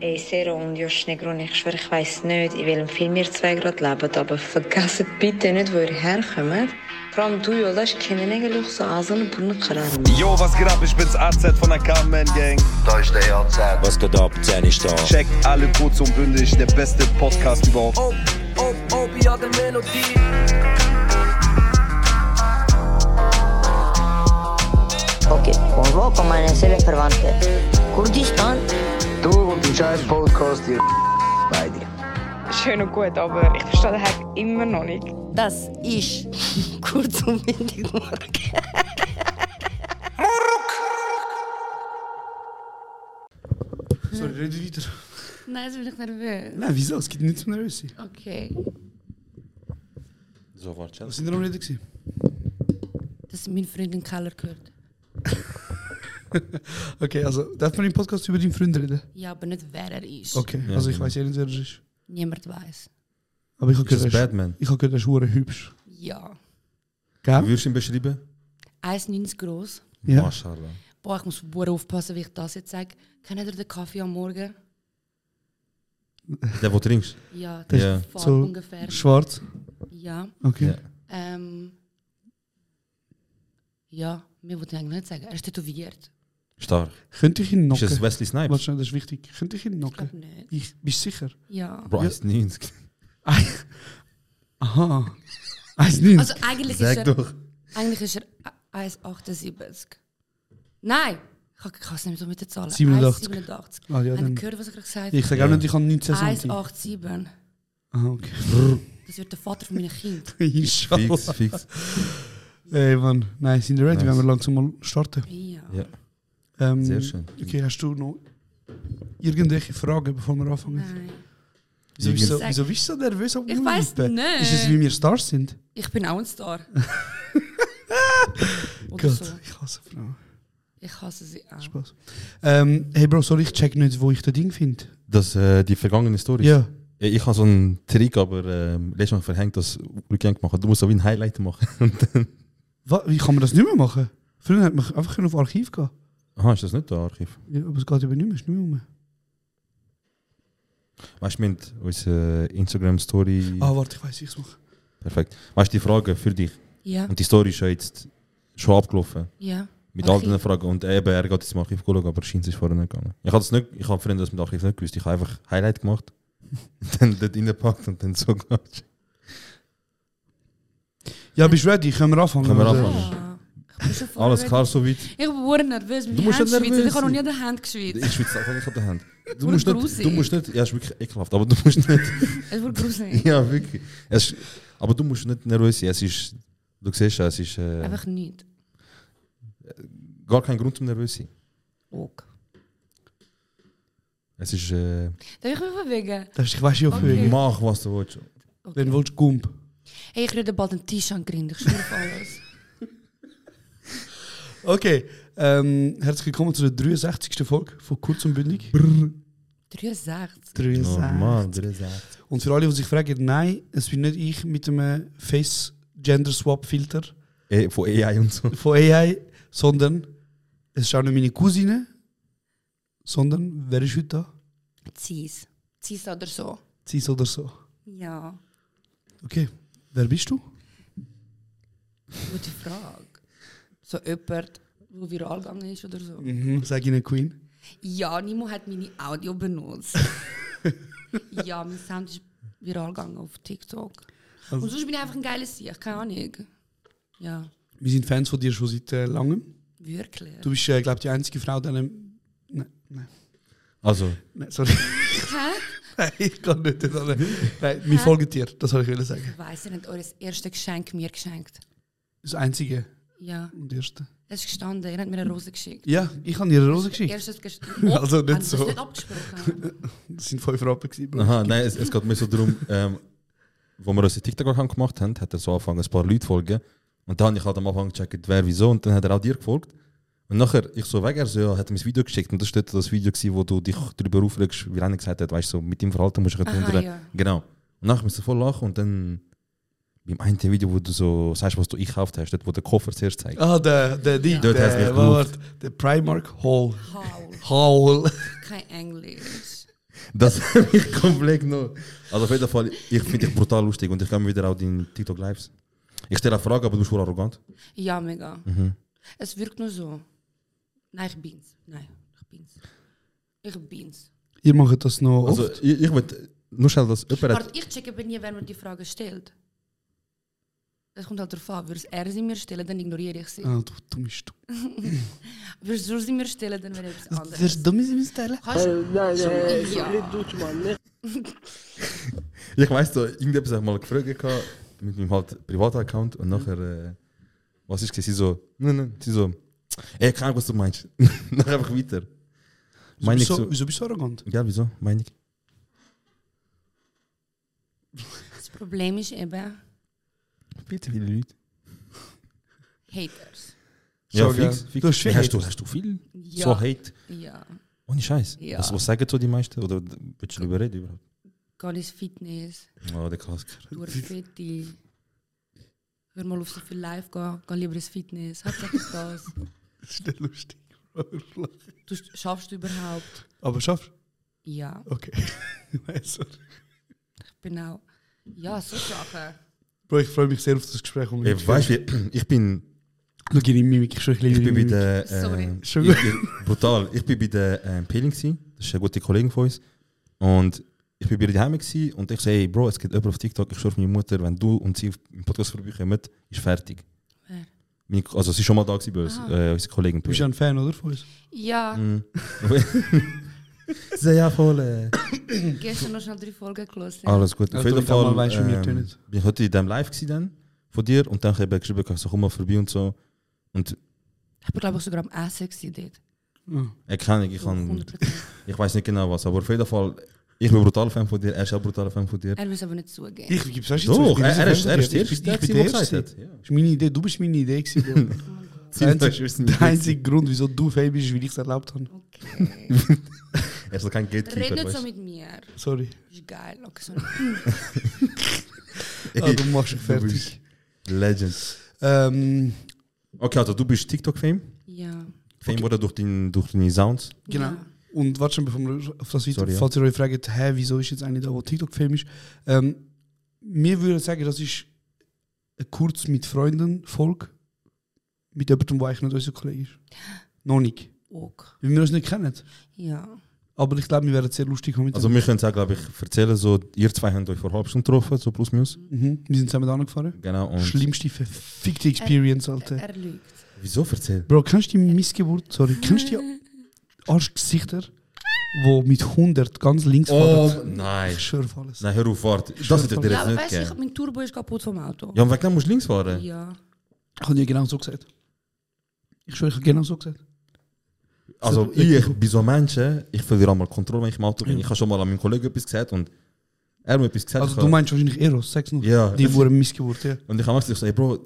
Ey, Sero und Josh Negroni, ich schwöre, ich weiss nicht, in welchem Film ihr zwei gerade lebt, aber vergesst bitte nicht, wo ihr herkommt. Vor allem du, Yoldaş, kennen eigentlich so ağzını burnunu kırarım. Yo, was geht ab? Ich bin's AZ von der Carmen Gang. Da ist der AZ. Was geht ab? Zehn ist da. Checkt alle kurz und bündig, der beste Podcast überhaupt. Op, op, op, ja de melodie. Ok, convoco amanecer en Cervantes. Kurdistan Du und dein scheiß Podcast, ihr beide. schön und gut, aber ich verstehe den Hack immer noch nicht. Das ist kurz und bündig morgen. Sorry, rede weiter. Nein, jetzt bin ich nervös. Nein, wieso? Es gibt nichts mehr nervös sein. Okay. So war Chelsea. Was sind wir am Reden? gewesen? Das hat mein Freund im Keller gehört. Okay, also, darf man im Podcast über deinen Freund reden? Ja, aber nicht wer er ist. Okay, Ja, also ich genau. weiß ja nicht, wer das ist. Niemand weiß. Aber ich habe Ist gehört, das er ist- Batman? ich habe gehört, er ist hure hübsch. Ja. Wie Gell? würdest du ihn beschreiben? 1,90 groß. Ja. Maschallah. Boah, ich muss sehr aufpassen, wie ich das jetzt sage. Kennt ihr den Kaffee am Morgen? Der, wo trinkst? Ja, das Das Ja. ist Farbe so ungefähr. Schwarz. Ja. Okay. Ja. Ähm, ja, mir wollte ich eigentlich nicht sagen. Er ist tätowiert. Stark. Könnte ich ihn Ist knocken? das Wesley Snipes? Warte schnell, das ist nou, wichtig. Könnte ich ihn Ich glaube knocken? nicht. Ich bin sicher. Ja. Bro, 1,90. Aha. Weiß nicht. Also eigentlich ist Sag er, doch. eigentlich ist er 1,78. Nein! Ich kann- ich kann es nicht so mit den Zahlen. 87. 1,87. ah, ja, Habt ihr dann. gehört, was ich gerade gesagt Ich habe? sage auch nicht, ich habe 19 cm. 187. Aha, okay. Das wird der Vater von meinem Kind. Inshallah. Fix, fix. Ey, Mann. Nein, sind wir ready, Nice. wenn wir langsam mal starten? Ja. Ja. Ähm, Sehr schön. Okay, hast du noch irgendwelche Fragen, bevor wir anfangen? Nein. Wieso bist, du so, Sag- wieso bist du so nervös? am Ich weiss Rumpen? nicht. Ist es, wie wir Stars sind? Ich bin auch ein Star. Oder Gott, so. ich hasse Frauen. Ich hasse sie auch. Spaß. Ähm, hey Bro, sorry, ich check nicht, wo ich das Ding finde. Das, äh, die vergangene Eh, Story. Ja. Ich, ich habe so einen Trick, aber ähm, letztes Mal verhängt, das rückgängig machen. Du musst so wie ein Highlight machen. Und dann- Wa- Wie kann man das nicht mehr machen? Früher hat man einfach können auf Archiv gehen. Aha, ist das nicht der Archiv? Ja, aber es geht eben nicht mehr, ist nicht mehr rum. Weißt du, wir haben unsere Instagram-Story. Ah, warte, ich weiß, ich es mache. Perfekt. Weißt du, die Frage für dich. Ja. Und die Story ist ja jetzt schon abgelaufen. Ja. Mit Archiv. all den Fragen. Und äh, eben, er geht jetzt im Archiv schauen, aber scheint es ist vorher nicht gegangen. Ich habe nicht, ich habe Freunde das mit Archiv nicht gewusst. Ich habe einfach Highlight gemacht, dann dort reingepackt und dann so gemacht. Ja, bist du ready? Können wir anfangen? Können wir oder? anfangen? Ja. Ich bin schon Alles vorbereitet. klar soweit. Ich bin sehr nervös. Meine Du musst Hände ja schwitzen. Ich nervös habe noch nie sein. den Hand Ich geschwitzt. schwitze einfach nicht an der Hand. Du Wurde musst nicht, grusig. du musst nicht, ja, ist wirklich ekelhaft, aber du musst nicht, Es wurde gruselig. ja, wirklich. Es ist, aber du musst nicht nervös sein. Es ist, du siehst ja, es ist äh, Einfach nicht. gar kein Grund zum nervös sein. Ok. Es ist, äh, Darf ich mich bewegen? Das ist, ich weiß ja, auf okay. mach was du willst. Dann willst du Gump. Hey, ich rede bald einen Tisch an Grind. Ich schwöre auf alles. Okay, ähm, herzlich willkommen zu der 63. Folge von Kurz und Bündig. Brrr, 63. 63. Normal, der ist echt. Und für alle, die sich fragen, nein, es bin nicht ich mit einem Face-Gender-Swap-Filter Eh, Von AI und so. von AI, sondern es ist auch nicht meine Cousine, sondern wer ist heute da? Zies. Zies oder so. Sie oder so. Ja. Okay, wer bist du? Gute Frage. So jemand, der viral gegangen ist oder so. Mhm, sag ihnen Queen. Ja, Nimo hat meine Audio benutzt. ja, mein Sound ist viral gegangen auf TikTok. Also- Und sonst bin ich einfach ein geiles Sieg, keine Ahnung. Ja, Wir sind Fans von dir schon seit äh, langem. wirklich. Du bist, äh, glaube ich, die einzige Frau, die einem. Nein, nein, Also, nein, sorry. Hä? nein, ich kann nicht. Das alle. Nein, wir folgen dir, das soll ich wollen sagen. Ich weiss, ihr habt euer erstes Geschenk mir geschenkt. Das einzige Ja, und erste. es ist gestanden, ihr habt mir eine Rose geschickt. Ja, ich habe dir eine Rose geschickt. Erstes Geschenk. Also nicht Haben Sie das so. nicht abgesprochen. Das sind fünf Rappen. gewesen, Bro. Aha, nein, es, es geht mir so darum, ähm, wo wir unseren TikTok-Account gemacht haben, hat er so angefangen, ein paar Leute zu folgen. Und dann habe ich halt am Anfang gecheckt, wer wieso, und dann hat er auch dir gefolgt. Und nachher, ich so weg, er so, ja, hat er mir ein Video geschickt, und das war dort das Video, gewesen, wo du dich darüber aufregst, wie einer gesagt hat, weißt du, so, mit dem Verhalten musst du dich Aha, wundern. ja. Genau. Und nachher musst du voll lachen, und dann beim einen Video, wo du so sagst, was du gekauft hast, dort, wo der Koffer zuerst zeigt. Ah, der, der Ding. Dort hat's der, mich gerufen. warte, der Primark Hall. Paul, Hall. kein Englisch. Das habe ich komplett genommen. Also auf jeden Fall, ich finde dich brutal lustig und ich kann mir wieder auch deine TikTok-Lives. Ich stelle eine Frage, aber du bist wohl arrogant. Ja, mega. Mhm. Es wirkt nur so. Nein, ich bin's. Nein, ich bin's. Ich bin's. Ihr macht das noch oft? Also ich, ich würde nur schnell, dass jemand... Warte, Hat, ich checke bei nie, wenn man die Frage stellt. Das kommt halt darauf an. Würde er sie mir stellen, dann ignoriere ich sie. ah, du dumme Stu. Würde du sie mir stellen, dann wäre etwas anderes. Wirst du mich stellen? Kannst du? Ja. ich weiss, so, irgendetwas habe ich mal gefragt gehabt, mit meinem halt Privataccount und nachher... Äh, was ist es? Sie so... Nein, nein, sie so... Ey, keine Ahnung, was du meinst. nachher einfach weiter. Meine ich Wieso, so... wieso bist du arrogant? Ja, wieso? Meine ich. Das Problem ist eben Viel zu viele Leute. Haters. Ja, So, gell. fix, fix. Du hast viel hast, du, Hate. hast du viel? Ja. So Hate. Ja. Ohne Scheiß. Ja. Was, was sagen so die meisten? Oder willst du darüber reden? überhaupt? Gar nicht Fitness, Oh, der Klassiker. durch Fetti. Hör mal auf so viel live gehen, geh lieber ins Fitness. Hauptsächlich das. Das ist nicht lustig. Ah, Du sch- schaffst du überhaupt? Aber schaffst Ja, Okay. Nein, sorry. ich bin auch. Ja, so Sachen. Bro, ich freue mich sehr auf das Gespräch. Ey, weißt du, wie- ich bin, Schau in die Mimik, ich schau ein ich bisschen bin bei in die Mimik. der. Sorry. ähm, Schon ich, ich, brutal. Ich bin bei der ähm, Peeling. gewesen. Das ist eine gute Kollegin von uns. Und ich bin bei ihr daheim gewesen und ich sage, hey, Bro, es gibt jemand auf TikTok. Ich schwöre auf meine Mutter, wenn du und sie im Podcast vorbeikommen, ist fertig. Wer? Ah. Meine, also, sie ist schon mal da gewesen bei uns, äh, unsere Kollegin. Du bist ja ein Fan, oder? Von uns? Ja, Sehr ja voll. Äh. gestern noch schnell drei Folgen gelesen. Alles gut. Also, damit auch mal weisst, wie wir ähm, tönen. bin ich heute in dem Live gewesen dann, von dir und dann habe ich geschrieben, so, komm mal vorbei und so. Und Ich bin, glaube ich, sogar am Essen gewesen dort. erkenne ich, ich kann. 100%. Ich weiß nicht genau was, aber auf jeden Fall, ich bin brutal Fan von dir, er ist auch brutal Fan von dir. Er will es aber nicht zugeben. Ich gib's weißt du, Doch, ich bin er- so er Fan ist- von er dir. ist der Ich bin- Ich bin Erste, der der gesagt Erste. hat, ja. Das ist meine Idee. Du bist meine Idee gewesen. Bro. Der einzige, der einzige Grund, wieso du Fan bist, ist, weil ich es erlaubt habe. Okay. Er ist doch kein Red Gatekeeper, nicht so weißt mit mir. Sorry. Ist Dus geil. Okay, so Ah, du machst mich du bist- fertig. du? Legend. Ähm, Okay, also du bist TikTok-Fame. ja. Fame wurde durch, den, durch deine Sounds. Genau. Ja. Und warte schon, bevor wir auf das weiter, Sorry, ja. falls ihr euch fragt, hä, wieso ist jetzt einer da, der TikTok-Fame ist, ähm, wir würden sagen, das ist eine kurz mit Freunden Folge mit jemandem, der eigentlich nicht unser Kollege ist. Noch nicht. Auch. Weil wir uns nicht kennen. Ja. Aber ich glaube, wir werden es sehr lustig haben mit Also dem. wir können sagen, glaube ich, erzählen so, ihr zwei habt euch vor halb Stunde getroffen, so plus minus. Mhm. Wir sind zusammen da angefahren. Genau, und Schlimmste verfickte Experience, Alter. Er lügt. wieso erzähl? Bro, kennst du die Missgeburt? Sorry, kennst du die Arschgesichter, die mit 100 ganz links Oh, fahren? nein. Ich schwöre auf alles. Nein, hör auf, warte. Das hätte ich dir Ja, jetzt aber nicht weißt du, ich- gegeben. mein Turbo ist kaputt vom Auto. Ja, und wegen dem musst du links fahren. Ja. Ich habe dir genau so gesagt. Ich schwöre, ich habe genau so gesagt. Also Ich- ich bin so ein Mensch, äh, ich verliere einmal Kontrolle, wenn ich im Auto bin. Ich habe schon mal an meinen Kollegen etwas gesagt und er hat mir etwas gesagt. Also ich du hab- meinst wahrscheinlich Eros, sag's nur. Ja. Die wurden missgeburt, ja. und ich habe gesagt, ey Bro,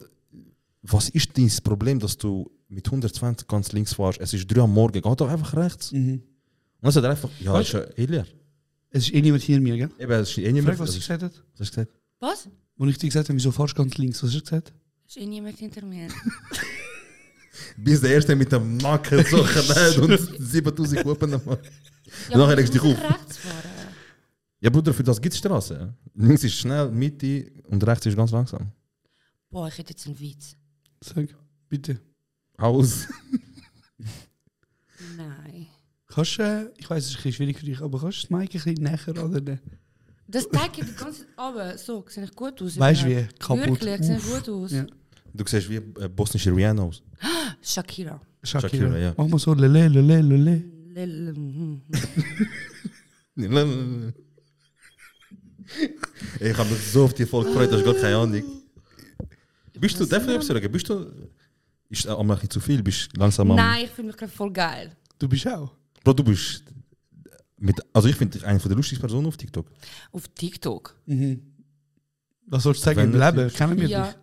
was ist dein Problem, dass du mit 120 ganz links fährst? Es ist 3 am Morgen, geh doch einfach rechts. Mhm. Und dann sagt er einfach, ja, Weißt ist ja eh leer. Es ist eh niemand hinter mir, gell? Eben, es ist eh nicht mehr. Frag, was ich gesagt habe. Was hast du gesagt? Was? Als ich dir gesagt habe, wieso fahrst du ganz links, was hast du gesagt? Ist eh niemand hinter mir. Bist der Erste mit dem Nacken so gedreht und 7000 Kuppen am Morgen. Ja, Nachher aber regst du dich muss auf. rechts fahren. Ja Bruder, für das gibt es Straße. ja. Links ist schnell, Mitte und rechts ist ganz langsam. Boah, ich hätte jetzt einen Witz. Sag, bitte. Haus. Nein. Kannst du, äh, ich weiß, es ist ein bisschen schwierig für dich, aber kannst du das Mike ein bisschen näher oder ne? Das Teig geht die ganze Zeit runter. So, sehe ich gut aus. Weißt du wie? überhaupt. Kaputt. Wirklich, sehe ich Uff. gut aus. Ja. Du siehst wie äh, bosnische Rihanna aus. Shakira. Shakira. Shakira, ja. Mach mal so, lele, lele, lele. Lil- mhm. Ey, ich habe mich so auf die Folge gefreut, dass ich gar keine Ahnung. Bist du, darf ich etwas sagen? Bist du, ist auch mal ein bisschen zu viel, bist langsam am... Nein, ich finde mich gerade voll geil. Du bist auch. Bro, du bist, mit, also ich finde dich eine von der lustigsten Personen auf TikTok. Auf TikTok. Mhm. Was sollst du sagen Wenn im du- Leben? Kennen wir Ja. dich?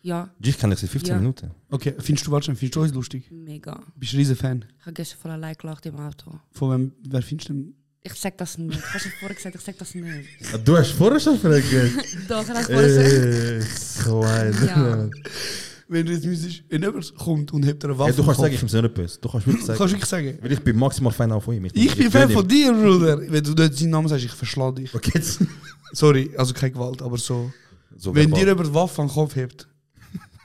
Ja, Ich kenne dich seit 15 Ja. Minuten. Okay, findest du wahrscheinlich, findest du uns lustig? mega. Bist ein riesen Fan. Ich habe gestern voll allein gelacht im Auto. Von wem, wer findest du denn? Ich sag das nicht. Hast du vorher gesagt, ich sag das nicht. Ah, Du hast vorher schon gefragt. Äh, Doch, er hat vorher gesagt. so ein... Ja. wenn du jetzt müsstest, wenn jemand kommt und hat dir eine Waffe. Hey, du im kannst Kopf. sagen, ich bin so nicht böse. Du kannst wirklich sagen. Kannst du wirklich sagen. Weil ich bin maximal Fan auch von ihm. Ich bin Fan von dir. dir, Bruder. Wenn du dort seinen Namen sagst, ich verschlage dich. Okay, jetzt. Sorry, also keine Gewalt, aber so. So Wenn verbal. dir jemand die Waffe an den Kopf hebt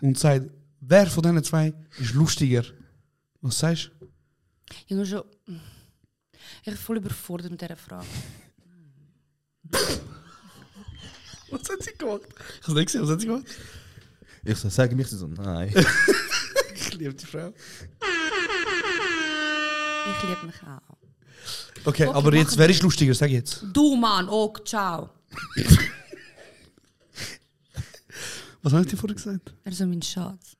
und sagt, wer von diesen zwei ist lustiger, was sagst du? Jongens, zo- ik voel überfordert mit dieser Frage. Was hat sie gemacht? Ich habe nicht gesehen, was hat sie gemacht? Ich so, sag mich so, nein. Ich liebe die Frau. Ich liebe mich auch. Okay, Okay, aber jetzt, machen wer ist lustiger? Sag jetzt. Du Mann, ook, ciao. Was habe ich dir vorher gesagt? Er ist so mein Schatz.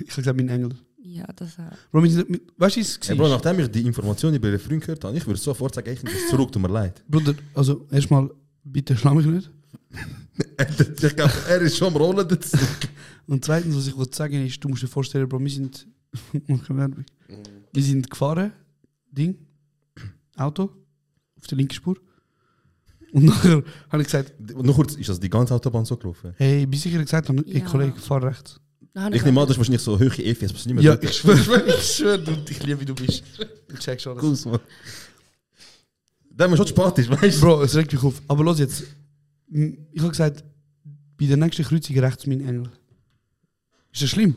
Ich habe gesagt, mein Engel. Ja, das auch. Warum ist mit, weißt du, was es Ey, Bro, nachdem ich die Informationen über den Freund gehört habe, ich würde sofort sagen, ich nehme es zurück, tut mir leid. Bruder, also erstmal, bitte schlag mich nicht. ich glaube, er ist schon am Rollen dazu. Und zweitens, was ich wollte sagen ist, du musst dir vorstellen, Bro, wir sind. Mach keine Werbung. Wir sind gefahren, Ding, Auto, auf der linken Spur. Und nachher habe ich gesagt, Und Noch kurz, ist das die ganze Autobahn so gelaufen? hey, bist du sicher gesagt, habe, ey Ja. Kollege, fahr rechts. Dan heb Ich nehme an, das ist wahrscheinlich so hohe EFS, was nicht mehr Ja, drücken. ich schwöre, ich schwöre, du, ich liebe, wie du bist. Du checkst alles. Kuss, Mann. Der man schon spät ist, weißt du? Bro, es regt mich auf. Aber Ah, los Mm, jetzt, M- ich habe gesagt, bei der nächsten Kreuzung rechts mein Engel. Ist das schlimm?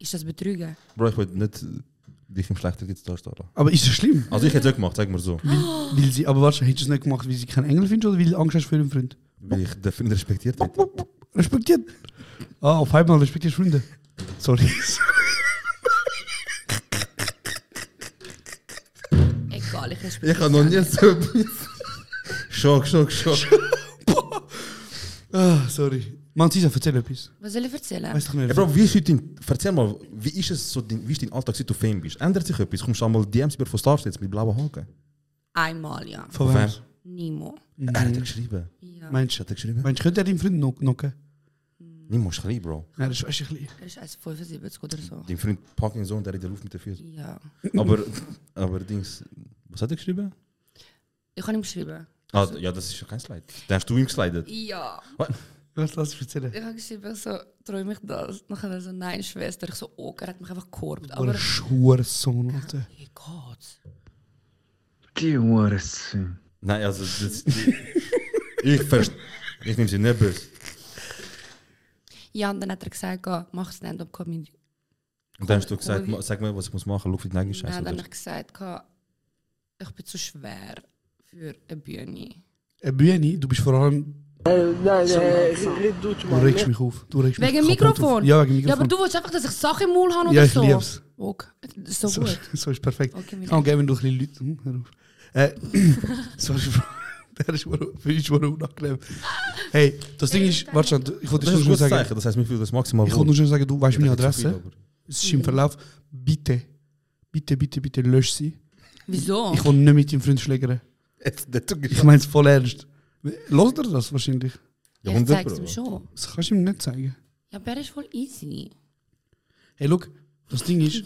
Ist das Betrügen? Bro, ich will nicht äh, dich im schlechter jetzt darstellen. Aber ist das schlimm? Also ich hätte es auch gemacht, sagen wir so. Weil sie, aber wahrscheinlich hättest du es nicht gemacht, weil sie keinen Engel findet oder weil du Angst hast für ihren Freund? Weil ich den Freund respektiert hätte. Respektiert. Ah, auf einmal respektiert Freunde. Sorry. Egal, ich respektiere. Ich habe noch nie so Schock, Schock, Schock. ah, sorry. Man, Cisa, erzähl etwas. Was soll ich erzählen? Weißt du Hey, nicht mehr. Bro, wie ist dein, erzähl mal, wie ist es so, dein, wie ist dein Alltag, seit du Fame bist? Ändert sich etwas? Kommst du einmal DMs über von Starstates mit blauen Haken? Einmal, ja. Von eh, wem? Nimo. Er hat dir geschrieben. Ja. Meinst du, Hat er geschrieben? meinst du, könnte er deinen Freund knock- knocken? Nimm schreien, Bro. Nein, das ist echt ein bisschen. Er ist 1,75 oder so. Dein Freund packt ihn so und der in der Luft mit den Füßen. Ja. Aber, aber Dings, was hat er geschrieben? Ich habe ihm geschrieben. Ah, ja, das ist ja kein Slide. Dann hast du ihm geslidet. Ja. Was, lass mich erzählen. Ich habe geschrieben, so, träume ich das? Dann hat er so, nein, Schwester. Ich so, oh, er hat mich einfach gekorbt. Aber Aber, ein Schuhsohn, Alter. hey Gott. Die Hurensohn. Nein, also, das, ich verstehe. Ich nehme sie nicht böse. Ja, und dann hat er gesagt, oh, mach Stand-up-Comedy. Und dann hast du gesagt, ma- sag mir, was ich muss machen, schau für die eigene Scheiße. Nein, dann oder? habe ich gesagt, gehabt, ich bin zu schwer für eine Bühne. Eine Bühne, du bist vor allem. Du regst mich auf. Du regst mich Wegen kaputt Mikrofon? Auf. Ja, wegen Ja, aber Mikrofon. du willst einfach, dass ich Sachen im Maul habe Ja, oder ich so? lieb's. Okay. Das ist so, so, gut. so ist perfekt. Okay, Ich wir kann geben, wenn du ein bisschen Leute. Hm, hör auf. Äh, sorry, Bro. Der ist mir für mich schon unangenehm. Hey, das Ding ist, warte, schon, ich wollte dir Das ist ein schon gutes sagen. Zeichen, das heißt, mir fühlt das maximal Ich wollte nur schon sagen, du weißt meine Ich dachte, zu Adresse. viel, aber- Es ist im Verlauf. Bitte, bitte, bitte, bitte lösch sie. Wieso? Ich will nicht mit dem Freund schlägern. Ich meine es voll ernst. Los dir das wahrscheinlich. Ich, Ja, zeig's 100 ihm schon. Das kannst du ihm nicht zeigen. Ja, aber er ist voll easy. Hey, look, das Ding ist,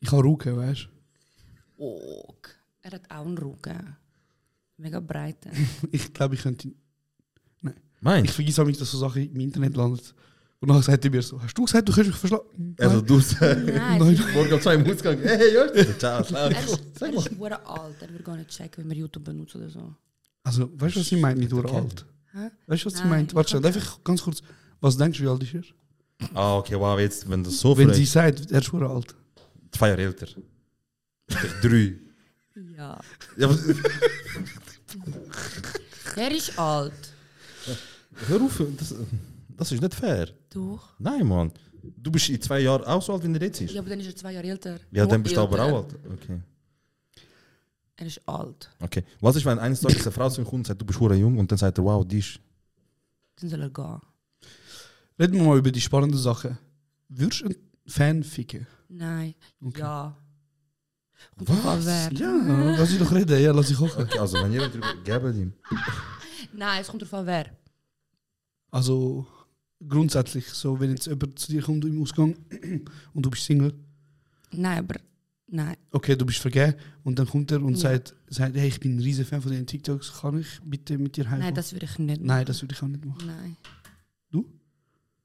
ich habe Ruhe, weißt Okay. Er hat auch einen Rücken. Mega breiten. du? Ich glaube, ich könnte. Ich Meinst vergesse auch nicht, dass so Sachen im Internet landet. Und dann sagt er mir so: Hast du gesagt, du kannst mich verschlagen? du? Also, du sagst, Nein, morgen um zwei im Ausgang. Hey, Jörg! Ciao, ciao. er ist, er ist verdammt alt. Er wird gar nicht checken, wenn wir YouTube benutzt oder so. Also, weißt du, was ich meine mit uralt? Hä? Weißt du, was ich Nein, meine? Warte, ich schon, einfach ganz kurz. Was denkst du, wie alt ist er? Ah, okay, wow, jetzt, wenn das so Wenn viel sie ist. sagt, er ist uralt. Zwei Jahre älter. Vielleicht Drei. Ja. Ja, was, Er ist alt. hör auf, das, das ist nicht fair. Doch. Nein, Mann. Du bist in zwei Jahren auch so alt, wie er jetzt ist. Ja, aber dann ist er zwei Jahre älter. Ja, dann Noch bist du aber älter. auch alt. Okay. Er ist alt. okay. Was ist, wenn eines Tages eine Frau zu ihm kommt und sagt, du bist hure jung und dann sagt er, wow, die ist. Dann soll er gehen. Reden wir mal über die spannenden Sachen. Würdest du einen Fan ficken? Nein. Okay. Ja. Kommt drauf an, wer. Ja, lass ich doch reden. Ja, lass ich kochen. Okay, also, wenn jemand drüber gäbe, ihm. Nein, es kommt drauf an, wer. Also grundsätzlich, so wenn jetzt jemand zu dir kommt im Ausgang und du bist Single, Nein, aber. Nein. okay, du bist vergeben und dann kommt er und Ja. sagt, sagt, hey, ich bin ein riesen Fan von den TikToks, kann ich bitte mit dir heimkommen? Nein, das würde ich nicht machen. Nein, das würde ich auch nicht machen. Nein. Du?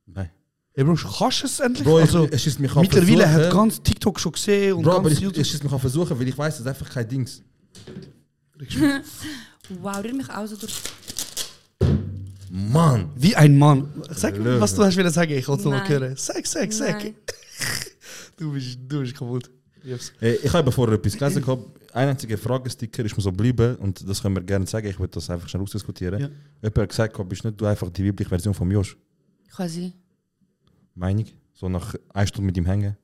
Nein. Ey, Bro, kannst du es endlich? Bro, ich- also, es schießt mich an mittlerweile Versuche. hat ganz TikTok schon gesehen und Bro, aber ganz ich, ich schieß mich an versuchen, weil ich weiß, es ist einfach kein Dings. Wow, rühr mich auch so durch. Mann! Wie ein Mann. Sag, Löwe. was du hast wieder sagen, ich wollte es noch Nein. hören. Sag, sag, sag. Nein. Du bist, du bist kaputt. Yes. Ey, Äh, ich habe vorher etwas gelesen gehabt. Ein einziger Fragesticker ist mir so geblieben und das können wir gerne sagen. Ich würde das einfach schnell ausdiskutieren. Ja. Jemand hat gesagt, gehabt, bist nicht du einfach die weibliche Version von Josh? Kann sein. Meine ich. So nach einer Stunde mit ihm hängen.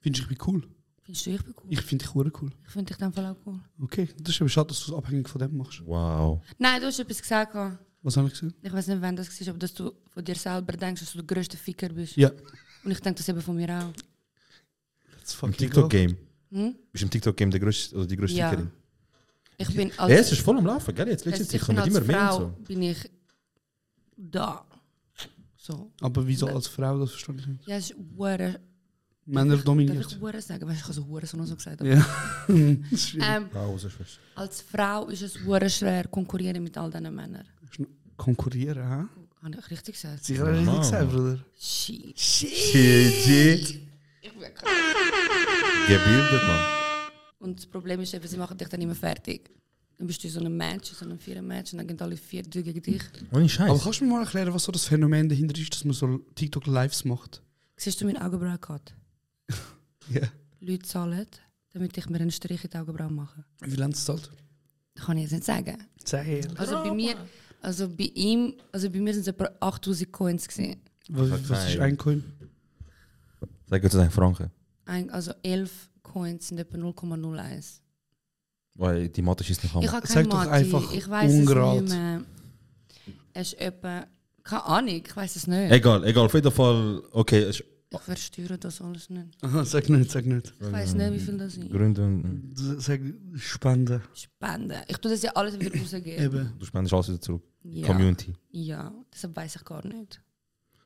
Findest du, ich bin cool? Findest du, ich bin cool? Ich finde dich hure cool. Ich finde dich dann voll auch cool. Okay, das ist aber schade, dass du es abhängig von dem machst. Wow. Nein, du hast etwas gesagt. gehabt. Was habe ich gesehen? Ich weiß nicht, wann das war, aber dass du von dir selber denkst, dass du der größte Ficker bist. Ja. Und ich denke das eben von mir auch. Let's Im fucking go. TikTok-Game. Hm? Bist im TikTok-Game der größte oder die größte Ja. Stickerin? Ich bin als, Ja, es ist voll am Laufen, gell? Jetzt letzte es- Zeit ich bin kommen als immer mehr Frau und so. bin ich da. So. Aber wieso als Frau, das verstehe ich nicht. Ja, es ist hure. Männer Darf ich dominiert. hure sagen? Weißt du, ich habe so hure so noch so gesagt. Ja. Das ist schwierig. Ähm, Frau, so ist es. als Frau ist es hure schwer konkurrieren mit all diesen Männern. Das ist noch- Konkurrieren, hä? Habe ich richtig gesagt? Sicher hast du richtig gesagt, Bruder. Shit. GG. Gebildet, Mann. Und das Problem ist eben, sie machen dich dann nicht mehr fertig. Dann bist du in so einem Match, in so einem Vierer-Match und dann gehen alle vier drei gegen dich. Ohne Aber Scheiß. kannst du mir mal erklären, was so das Phänomen dahinter ist, dass man so TikTok-Lives macht? Siehst du meinen Augenbrauen gerade? Ja. Leute zahlen, damit ich mir einen Strich in die Augenbrauen mache. Wie lange es zahlt? Das kann ich jetzt nicht sagen. Sag her. Also bei mir, also bei ihm, also bei mir sind es etwa 8000 Coins gesehen. Was, was ist Nein. ein Coin? Sag jetzt einen Franken. Ein, also 11 Coins sind etwa 0,01. Weil die Mathe ist nicht am. Ich habe Sag keine doch Mathe, einfach ich weiß es Unrat. nicht mehr. Es ist etwa, keine Ahnung, ich weiß es nicht. Egal, egal. Auf jeden Fall, okay, es ist Ich versteuere das alles nicht. Aha, sag nicht, sag nicht. Ich weiß nicht, wie viel das sind. Gründe. und- S- Sag Spende. Spenden. Ich tue das ja alles wieder rausgeben. Eben. Du spendest alles wieder zurück. Ja. Community. ja, deshalb weiß ich gar nicht.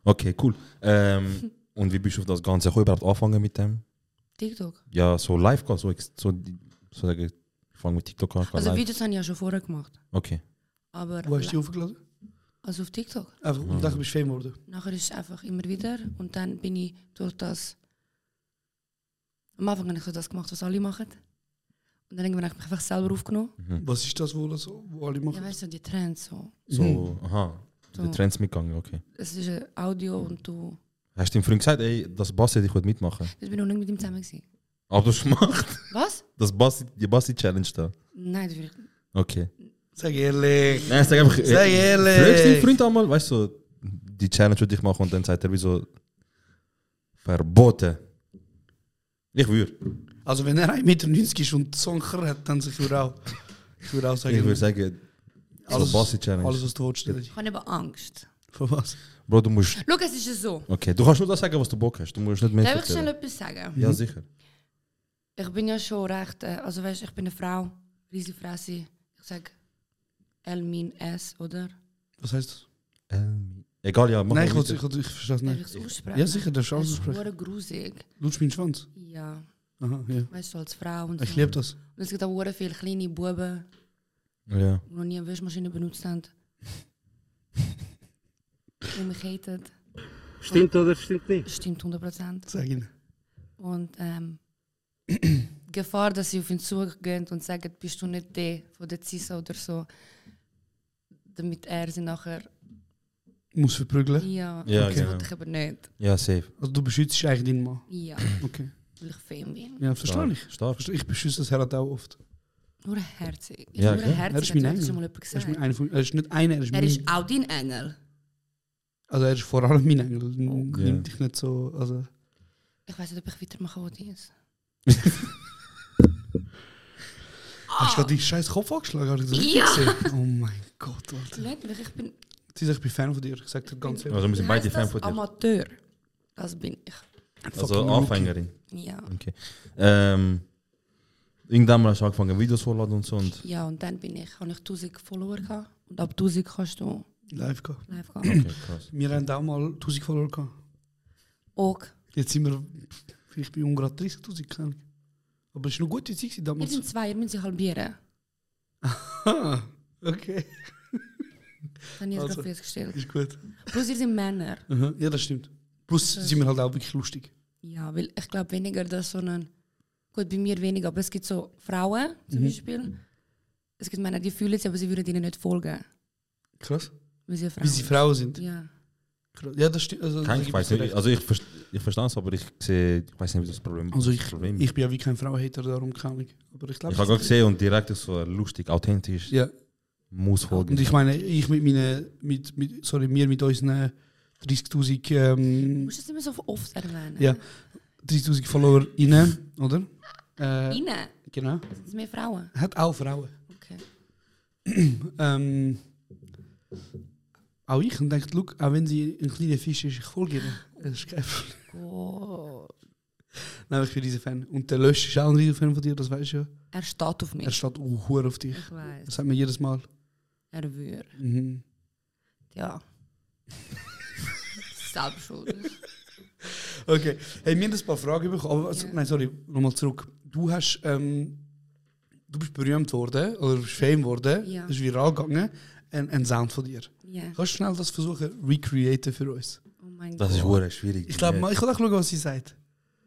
Okay, cool. Ähm, und wie bist du auf das Ganze gekommen? überhaupt anfangen mit dem? TikTok. Ja, so live gehen, so, ex- so, die- so sagen, ich fange mit TikTok an. Also live. Videos habe ich ja schon vorher gemacht. Okay. Aber Wo hast du die aufgeladen? also auf TikTok. Einfach, Hm. ich dachte, du bist Fame geworden. Nachher ist es einfach immer wieder und dann bin ich durch das. Am Anfang habe ich so das gemacht, was alle machen. Und dann irgendwann habe ich mich einfach selber aufgenommen. Hm. Was ist das, wo, das, wo alle Ja, machen? weißt du, die Trends so. So, aha. So. Die So. Trends mitgegangen, okay. Es ist ein Audio und du. Hast du dem Freund gesagt, ey, das Basti, ich will mitmachen? Ich bin noch nicht mit ihm zusammen. Gewesen. Aber du hast gemacht. Was? Das Basti, die Basti-Challenge da. Nein, das will ich. Okay. sag ehrlich. Nein, sag einfach. äh, Sag ehrlich. Fragst deinen Freund einmal, weißt du, so, die Challenge würde ich machen und dann sagt er, wieso verboten. Ich würde. Also, wenn er 1,90 Meter ist und so einen Kerl hat, dann sag ich würde auch. Ich würde auch sagen, Ich würde sagen, alles, so Basti-Challenge. alles, was du willst, Daddy. Ich habe eben Angst. Von was? Bro, du musst. Schau, es ist ja so. Okay, du kannst nur das sagen, was du Bock hast. Du musst nicht mehr. Darf ich erzählen. schnell etwas sagen? Ja, sicher. Ich bin ja schon recht, äh, also weißt, ich bin eine Frau, riesige Fresse. Ich sag L mean S, oder? Was heißt das? Ähm, egal, ja, mach Nein, ich, mal wollte- weiter. ich, wollte- ich verstehe es Darf ich nicht. es aussprechen? Ja, sicher, darfst du alles Es ist aussprechen. hure grusig. Lutsch meinen Schwanz. Ja, Aha, ja. weißt du, als Frau und Ich so. liebe das. Und es gibt auch hure viele kleine Buben, Ja. die noch nie eine Wäschmaschine benutzt haben. die mich haten. Stimmt oder stimmt nicht? Stimmt 100%. Sag ihn. Und ähm, die Gefahr, dass sie auf ihn zugehen und sagen, bist du nicht der von der CISA oder so, damit er sie nachher, Muss verprügeln. ja, Ja, das genau. wollte ich aber nicht. ja, safe. Also, du beschützt eigentlich deinen Mann. Ja, Okay. weil ich Fan bin. Ja, verstehe ich. Stark. Verstehe- Ich beschütze das Herr auch oft. Nur herzig. Ich Ja, bin klar. nur Er ist herzig, mein hat Engel. schon mal jemand Er ist, mein gesagt. einer von, er ist nicht einer, er ist, Er mein, ist auch dein Engel. Also, er ist vor allem mein Engel. Nimm Okay. dich nicht so. Also, Ich weiß nicht, ob ich weitermachen will. Dienst. Hast du gerade deinen scheiß Kopf angeschlagen? Habe ich das richtig Ja. gesehen? Oh mein Gott, Alter. Nicht, weil ich bin, Sie sagt, ich bin Fan von dir. Ich sag dir ganz ehrlich. Also, wir sind Wie beide heisst Fan das? von dir. Amateur. Das bin ich. Also, Fucking Anfängerin. Ja. Okay. Ähm, irgendwann mal hast du angefangen, Videos vorladen und so. Und ja, und dann bin ich, habe ich 1000 Follower gehabt. Und ab 1000 kannst du Rookie. Live gehen. live gehen. okay, krass. Wir haben auch mal 1000 Follower gehabt. Auch. Jetzt sind wir vielleicht bei ungerade 30.000, keine Ahnung. Aber es war eine gute Zeit gewesen Wir damals. sind zwei, wir müssen sie halbieren. Ah, okay. Das habe ich jetzt Also. gerade festgestellt. Ist gut. Plus, ihr sind Männer. Mhm. Ja, das stimmt. Plus sind wir halt auch wirklich lustig. Ja, weil ich glaube weniger, dass so ein. Gut, bei mir weniger, aber es gibt so Frauen Mhm. zum Beispiel. Es gibt Männer, die fühlen es, aber sie würden ihnen nicht folgen, Krass. weil sie Frauen Wie sie Frauen sind. sind. Ja. Krass. Ja, das stimmt. Also, Kein, da ich gebe weiß dir nicht, recht. also ich, verst- ich verstehe es, aber ich sehe, ich weiß nicht, wie das Problem Also das ich, Problem ich bin ja wie kein Frauhater, darum kann ich. Aber ich glaube, Ich habe gerade gesehen und direkt ist so lustig, authentisch, Ja. muss folgen. Und ich meine, ich mit meinen, mit, mit, sorry, wir mit unseren 30.000 Du ähm, musst es immer so oft erwähnen. ja, 30.000 Follower innen, oder? Äh, Innen genau. sind es mehr Frauen. Hat auch Frauen. Okay. Ähm, auch ich und denkt, look, auch wenn sie ein kleiner Fisch ist, ich folge ihr. Das ist kein Problem. Oh. Nein, ich bin riesen Fan. Und der Lösch ist auch ein riesen Fan von dir, das weißt du ja. Er steht auf mich. Er steht auch hure auf dich. ich weiß. Das sagt man jedes Mal. Er würde. Mhm. Ja. Selbstschuld. Okay. Hey, wir haben ein paar Fragen bekommen. Aber, also, Nein, oh, sorry, nochmal zurück. Du hast. Ähm, du bist berühmt worden oder bist Fame geworden. Ja. Es ist viral gegangen. Ein, ein Sound von dir. Ja. Kannst du schnell das versuchen, recreaten für uns? Oh mein das ist Gott. hure schwierig. Ich glaube, mal- ich kann auch schauen, was sie sagt.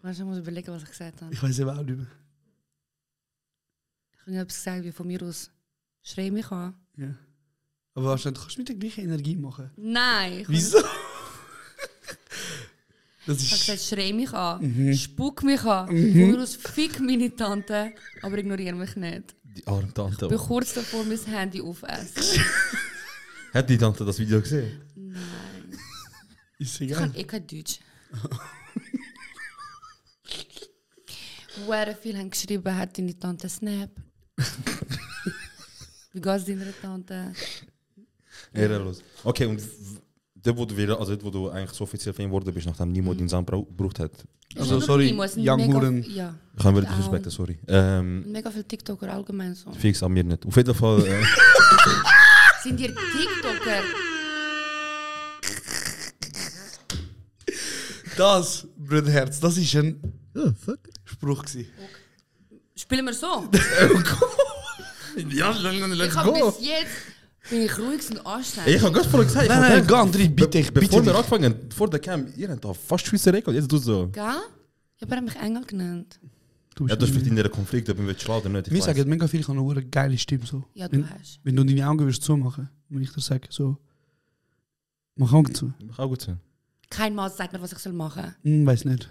Weißt du, ich muss überlegen, was ich gesagt habe. Ich weiß eben auch nicht mehr. Ich habe etwas gesagt, wie von mir aus. Schrei mich an. Ja. Aber wahrscheinlich kannst du mit der gleichen Energie machen. Nein. Ich Wieso? das Ich habe ist. gesagt, schrei mich an, Mhm. spuck mich an, von mir aus fick meine Tante, aber ignoriere mich nicht. die arme Tante. Ich bin kurz davor, mein Handy aufessen. Hat die Tante das Video gesehen? Nein. Ich Ist egal. kann eh kein Deutsch. Wer viel haben geschrieben, hat deine Tante Snap. Wie geht es deiner Tante? Ehrenlos. Okay, und w- dort, wo du, wieder- also dort, wo du eigentlich so offiziell Fan geworden bist, nachdem niemand deinen Sound brau- gebraucht hat. Also, Nur sorry, die muss Young mega- Huren. Ja, Ich kann wieder Au. disrespekten, sorry. Ähm, mega viele TikToker allgemein so. fix an mir nicht. Auf jeden Fall, äh, Sind ihr TikToker? Das, Bruderherz, das ist ein Oh, Spruch. Gewesen. Spielen wir so? Ja, let's Ich habe bis jetzt bin ich ruhig und anständig. ich habe gerade vorher gesagt, ich Nein, hab nein, gedacht, geh, André, bitte, ich be- bitte. Bevor wir dich. anfangen, vor der Cam, ihr habt da fast Schweizer Rekord, jetzt du so. Gell? Ich habe mich Engel genannt. Du Ja, dus das ist vielleicht in der Konflikt, ob man will schlagen oder nicht. ich Mir weiß. sagen mega viel, ich habe eine hure geile Stimme. So. Ja, du wenn, hast. wenn du deine Augen würdest zumachen, wenn ich dir sage, so, mach Augen zu. Kann auch gut sein. Kein Mal sagt mir, was ich soll machen Hm, weiß nicht.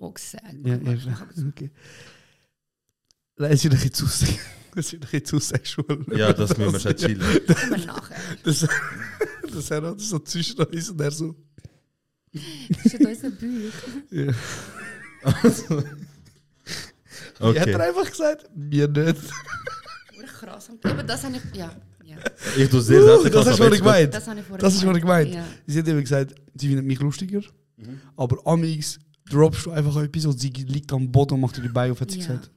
soll. gesagt. Ja, ja, ja. okay. Nein, es wird ein bisschen zu sehr- es wird ein bisschen zu sexual. Ja, das müssen wir schon chillen. Kommen wir nachher. Das, das Herr hat so zwischen uns und er so. Das ist ja unser Buch. Ja. Ich hätte Okay. einfach gesagt, mir nicht. Ur krass. Aber das habe ich. Ja, ja. Ich tue sehr selten. das hast du nicht gemeint. Das habe ich vorher Das ist, was ich gemeint Ja. Sie hat eben gesagt, sie findet mich lustiger, Mhm. aber amix droppst du einfach etwas und sie liegt am Boden und macht dir die Beine auf, hat sie Ja. gesagt.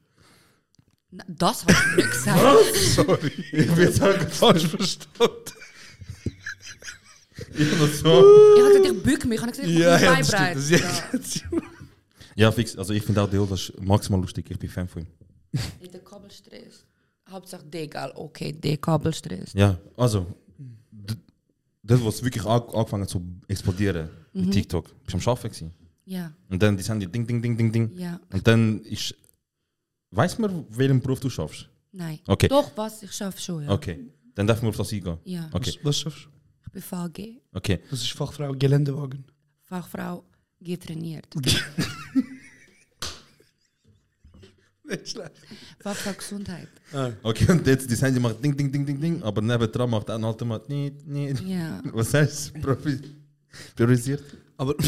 Na, das habe ich nicht gesagt. Sorry, ich bin jetzt auch falsch verstanden. Ich tue so. Ich habe gesagt, ich büge mich. Ich habe gesagt, ich Ja, mache ja, mich das stimmt. breit. Das Ja. ist Ja, fix. Also ich finde auch Deol das ist maximal lustig. Ich bin Fan von ihm. Mit dem Kabelstress. Hauptsache D-Gal. Okay, D-Kabelstress. Ja, also. d- Das, was wirklich an- angefangen zu explodieren Mhm. mit TikTok. Ich war am Arbeiten. gewesen. Ja, Und dann die Handy ding, ding, ding, ding, ding. ja. Und dann ist. Weiß man, welchen Beruf du schaffst? Nein. Okay. Doch, was? Ich schaffe schon. Ja. Okay. Dann darf man auf das eingehen. Ja. Okay. Was schaffst du? Ich bin VG. Okay. Das ist Fachfrau Geländewagen. Fachfrau getrainiert. Nicht schlecht. Fachfrau Gesundheit. Okay, und jetzt das Handy macht ding, ding, ding, ding, ding. Aber nebendran macht ein alter Mann. Nicht, nicht. Ja. Was heißt Profi- priorisiert? Aber du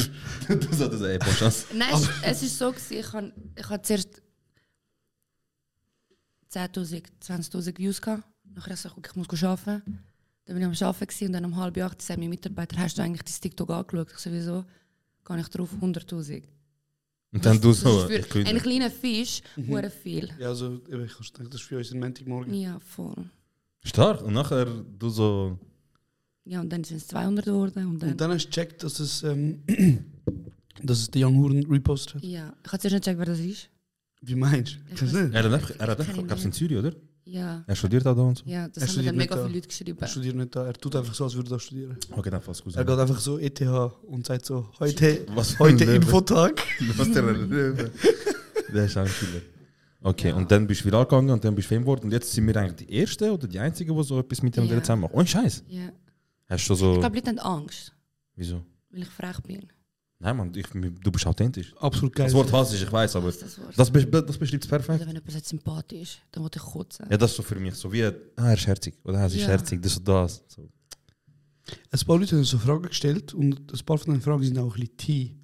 solltest eine Chance. Nein, es, es ist so, gewesen, ich habe ich hab zuerst 10.000, 20.000 Views gehabt. Nachher habe ich gesagt, okay, ich muss go arbeiten. Dann bin ich am Arbeiten gewesen und dann um halb acht sagt mein Mitarbeiter, hast du eigentlich das TikTok angeschaut? Ich sowieso kann ich drauf 100.000. Und dann du Das so. ist Ich für einen könnte. kleinen Fisch, mhm. viel. ja, also, eben, ich denke, das ist für uns ein Montagmorgen. Ja, voll. Stark. Und nachher du so. Ja, und dann sind es 200 geworden. Und dann, Und dann hast du gecheckt, dass es, ähm, dass es der Young Huren repostet hat. ja. Ich habe zuerst nicht gecheckt, wer das ist. Wie meinst du? Kannst du nicht? Er hat einfach, er hat einfach, gab's in Zürich, oder? Ja, Er studiert auch da und so? ja das Er haben mir dann mega viele studiert nicht da. Leute geschrieben. Er studiert nicht da. Er tut einfach so, als würde er studieren. Okay, dann fast gut. Er geht einfach so ETH und sagt so, heute, Was für ein heute Löwe. Infotag. Was der Löwe. Der ist auch ein Killer. Okay, und dann bist du viral gegangen und dann bist du Fame geworden. Und jetzt sind wir eigentlich die Ersten oder die Einzigen, die so etwas mit dem Ja. zusammen machen. Oh, Scheiß. Ja. Hast du Ich so. glaube, Leute haben Angst, Wieso? weil ich frech bin. Nein, Mann, ich, du bist authentisch. Absolut geil. Das Wort hasse ich, ich weiß, aber Das das, ist das Wort. be- das beschreibt es Also perfekt. wenn jemand sagt, sympathisch ist, dann wollte ich kotzen. Ja, das ist so für mich so wie, ah, er ist herzig oder ah, sie ist Ja. herzig, das und das. So. Ein paar Leute haben so Fragen gestellt und ein paar von den Fragen sind auch ein bisschen T.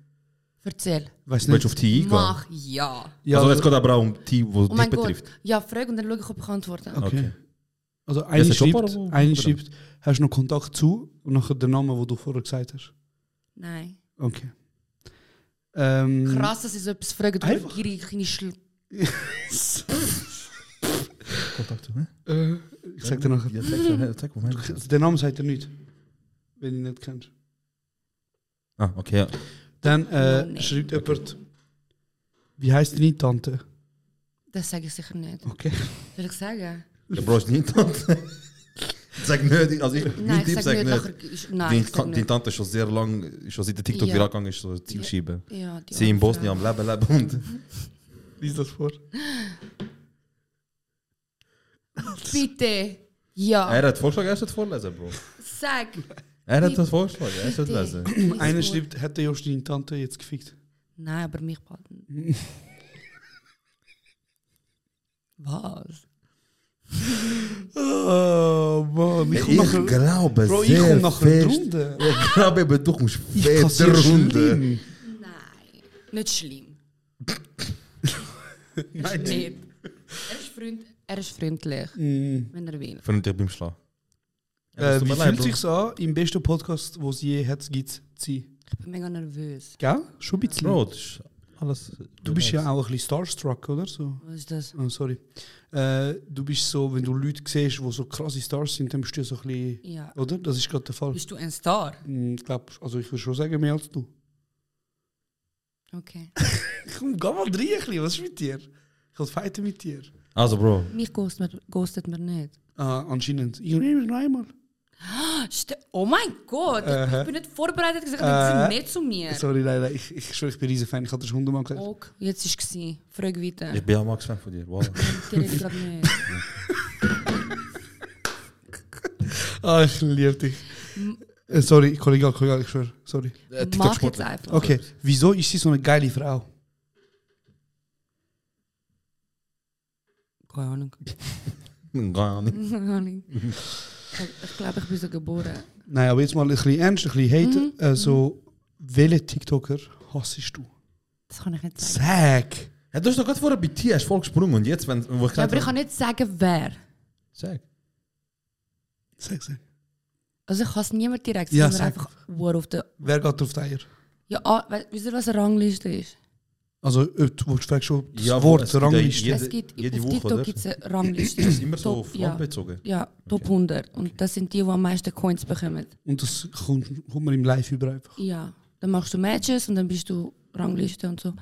Erzähl. Weiss Du willst auf die eingehen? Mach ja. Ja, also, also, jetzt geht aber auch um die, die Oh dich mein Gott. betrifft. Ah. Ja, frag und dann schaue ich, ob ich antworte. Okay. Okay. also eine Ja, es sind schon schreibt, ein paar, wo- eine oder? schreibt, hast du noch Kontakt zu? Und nachher der Name, den du vorher gesagt hast. Nein. Okay. Hm. Ähm, Krass, dass ich so etwas frage. Du Einfach. gierig, kleine Schl... Kontakt zu, ne? Äh, ich sag dir nachher. Ja, zeig, zeig, zeig, Moment. Du- Den Namen sagt er nicht, wenn ihn nicht kennst. Ah, okay, ja. Dann äh, Oh, nee. schreibt jemand, wie heißt deine Tante? Das sage ich sicher nicht. Okay. Soll ich sagen? Du brauchst nie Tante. sag nicht, also ich, Nein, mein ich Tipp sage sagt nicht. nicht. Nachher, ich, nein, die, ich sag die nicht. Tante ist schon sehr lang, schon seit der TikTok Ja. viral gegangen ist, so Zielschiebe. Ja, die Mhm. Sie in arme Bosnien am Frau. Leben, Leben und. Lies das vor. Bitte. Ja. Er hat Vorschlag, er sollte vorlesen, Bro. Sag. Er hat Bitte. das Vorschlag, er sollte Bitte. lesen. Lies vor. Einer schreibt, hätte Josh deine Tante jetzt gefickt? Nein, aber mich bald. Was? Oh Mann, ich Ich, komm nachher. glaube Bro, ich sehr komm nachher fest. Runde. Ich glaube eben, du kommst Ich fest kassiere Runde. schlimm. Nein. Nicht schlimm. Nein. Nicht. Er ist, freund, er ist freundlich, Hm. Mm. wenn er will. Freundlich beim Schlafen. Ja, Äh, das tut wie mir leid, fühlt Bro. sich's an, im besten Podcast, wo es je hat, gibt zu sein? Ich bin mega nervös. Gell? Schon ein bisschen. Bro, das ist alles. du bist ja auch ein bisschen starstruck, oder? So. Was ist das? Oh, sorry. Äh, du bist so, wenn du Leute siehst, die so krasse Stars sind, dann bist du so ein bisschen. Ja. Oder? Das ist gerade der Fall. Bist du ein Star? Mm, Ich glaube, also ich würde schon sagen, mehr als du. Okay. Komm, geh mal drei, ein bisschen, was ist mit dir? Ich will fighten mit dir. Also, Bro, Mich ghostet, mir- ghostet mir nicht. Ah, anscheinend. Ich nehme es noch einmal. Ste- Oh mein Gott, Uh-huh. ich- ich bin nicht vorbereitet gesagt, Äh. das ist nicht zu mir. Sorry, nein, nein, ich, ich schwöre, ich bin riesen Fan. Ich hatte das hundertmal gesagt. Ok, jetzt ist es. Frag weiter. ich bin ja Max-Fan von dir. Wow. Ich rede gerade nicht. Ah, ich liebe dich. Äh, sorry, Kollege, Kollege, ich schwöre. Sorry. Äh, TikTok Mach jetzt Sportler. einfach. Okay, wieso ist sie so eine geile Frau? Keine Ahnung. Gar nicht. Keine Ahnung. Ich- Ich glaube, ich bin so dus geboren. Nein, aber jetzt mal ein bisschen ernst, ein bisschen hate. Äh, so, welchen TikToker hassest du? Das kann ich nicht sagen. Zack! Ja, du hast doch gerade vorher bei dir hast voll gesprungen und jetzt, wenn wo ich Ja, gesagt aber ich kann habe. nicht sagen, wer. Sag. Zack, zack. Also ich hasse niemand direkt, Ja, sondern sag. einfach Uhr auf der... Wer geht auf die Eier? Ja, ah, we- wisst ihr, was eine Rangliste ist? Also, ob du willst, fragst du, ob das Ja, wo Wort es gibt ja Rangliste. Jede- es gibt, jede auf Woche, TikTok oder? gibt es eine Rangliste. Ist immer so auf Land ja, bezogen. ja, Top 100. Und das sind die, die am meisten Coins bekommen. Und das kommt, kommt man im Live über einfach. Ja, dann machst du Matches und dann bist du Rangliste und so.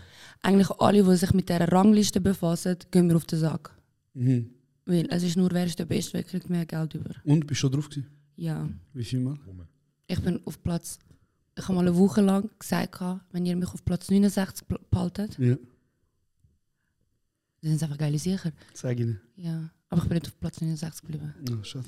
Eigentlich alle, die sich mit dieser Rangliste befassen, gehen mir auf den Sack. Mhm. Weil es ist nur, wer ist der Beste, wer kriegt mehr Geld über. Und bist du schon drauf gewesen? Ja, Wie viel Mal? ich bin auf Platz... Ich habe mal eine Woche lang gesagt, wenn ihr mich auf Platz 69 bl- behaltet, Ja, dann sind es einfach geile sicher. sag ihnen. Ja, aber ich bin nicht auf Platz 69 geblieben. Ja, schade.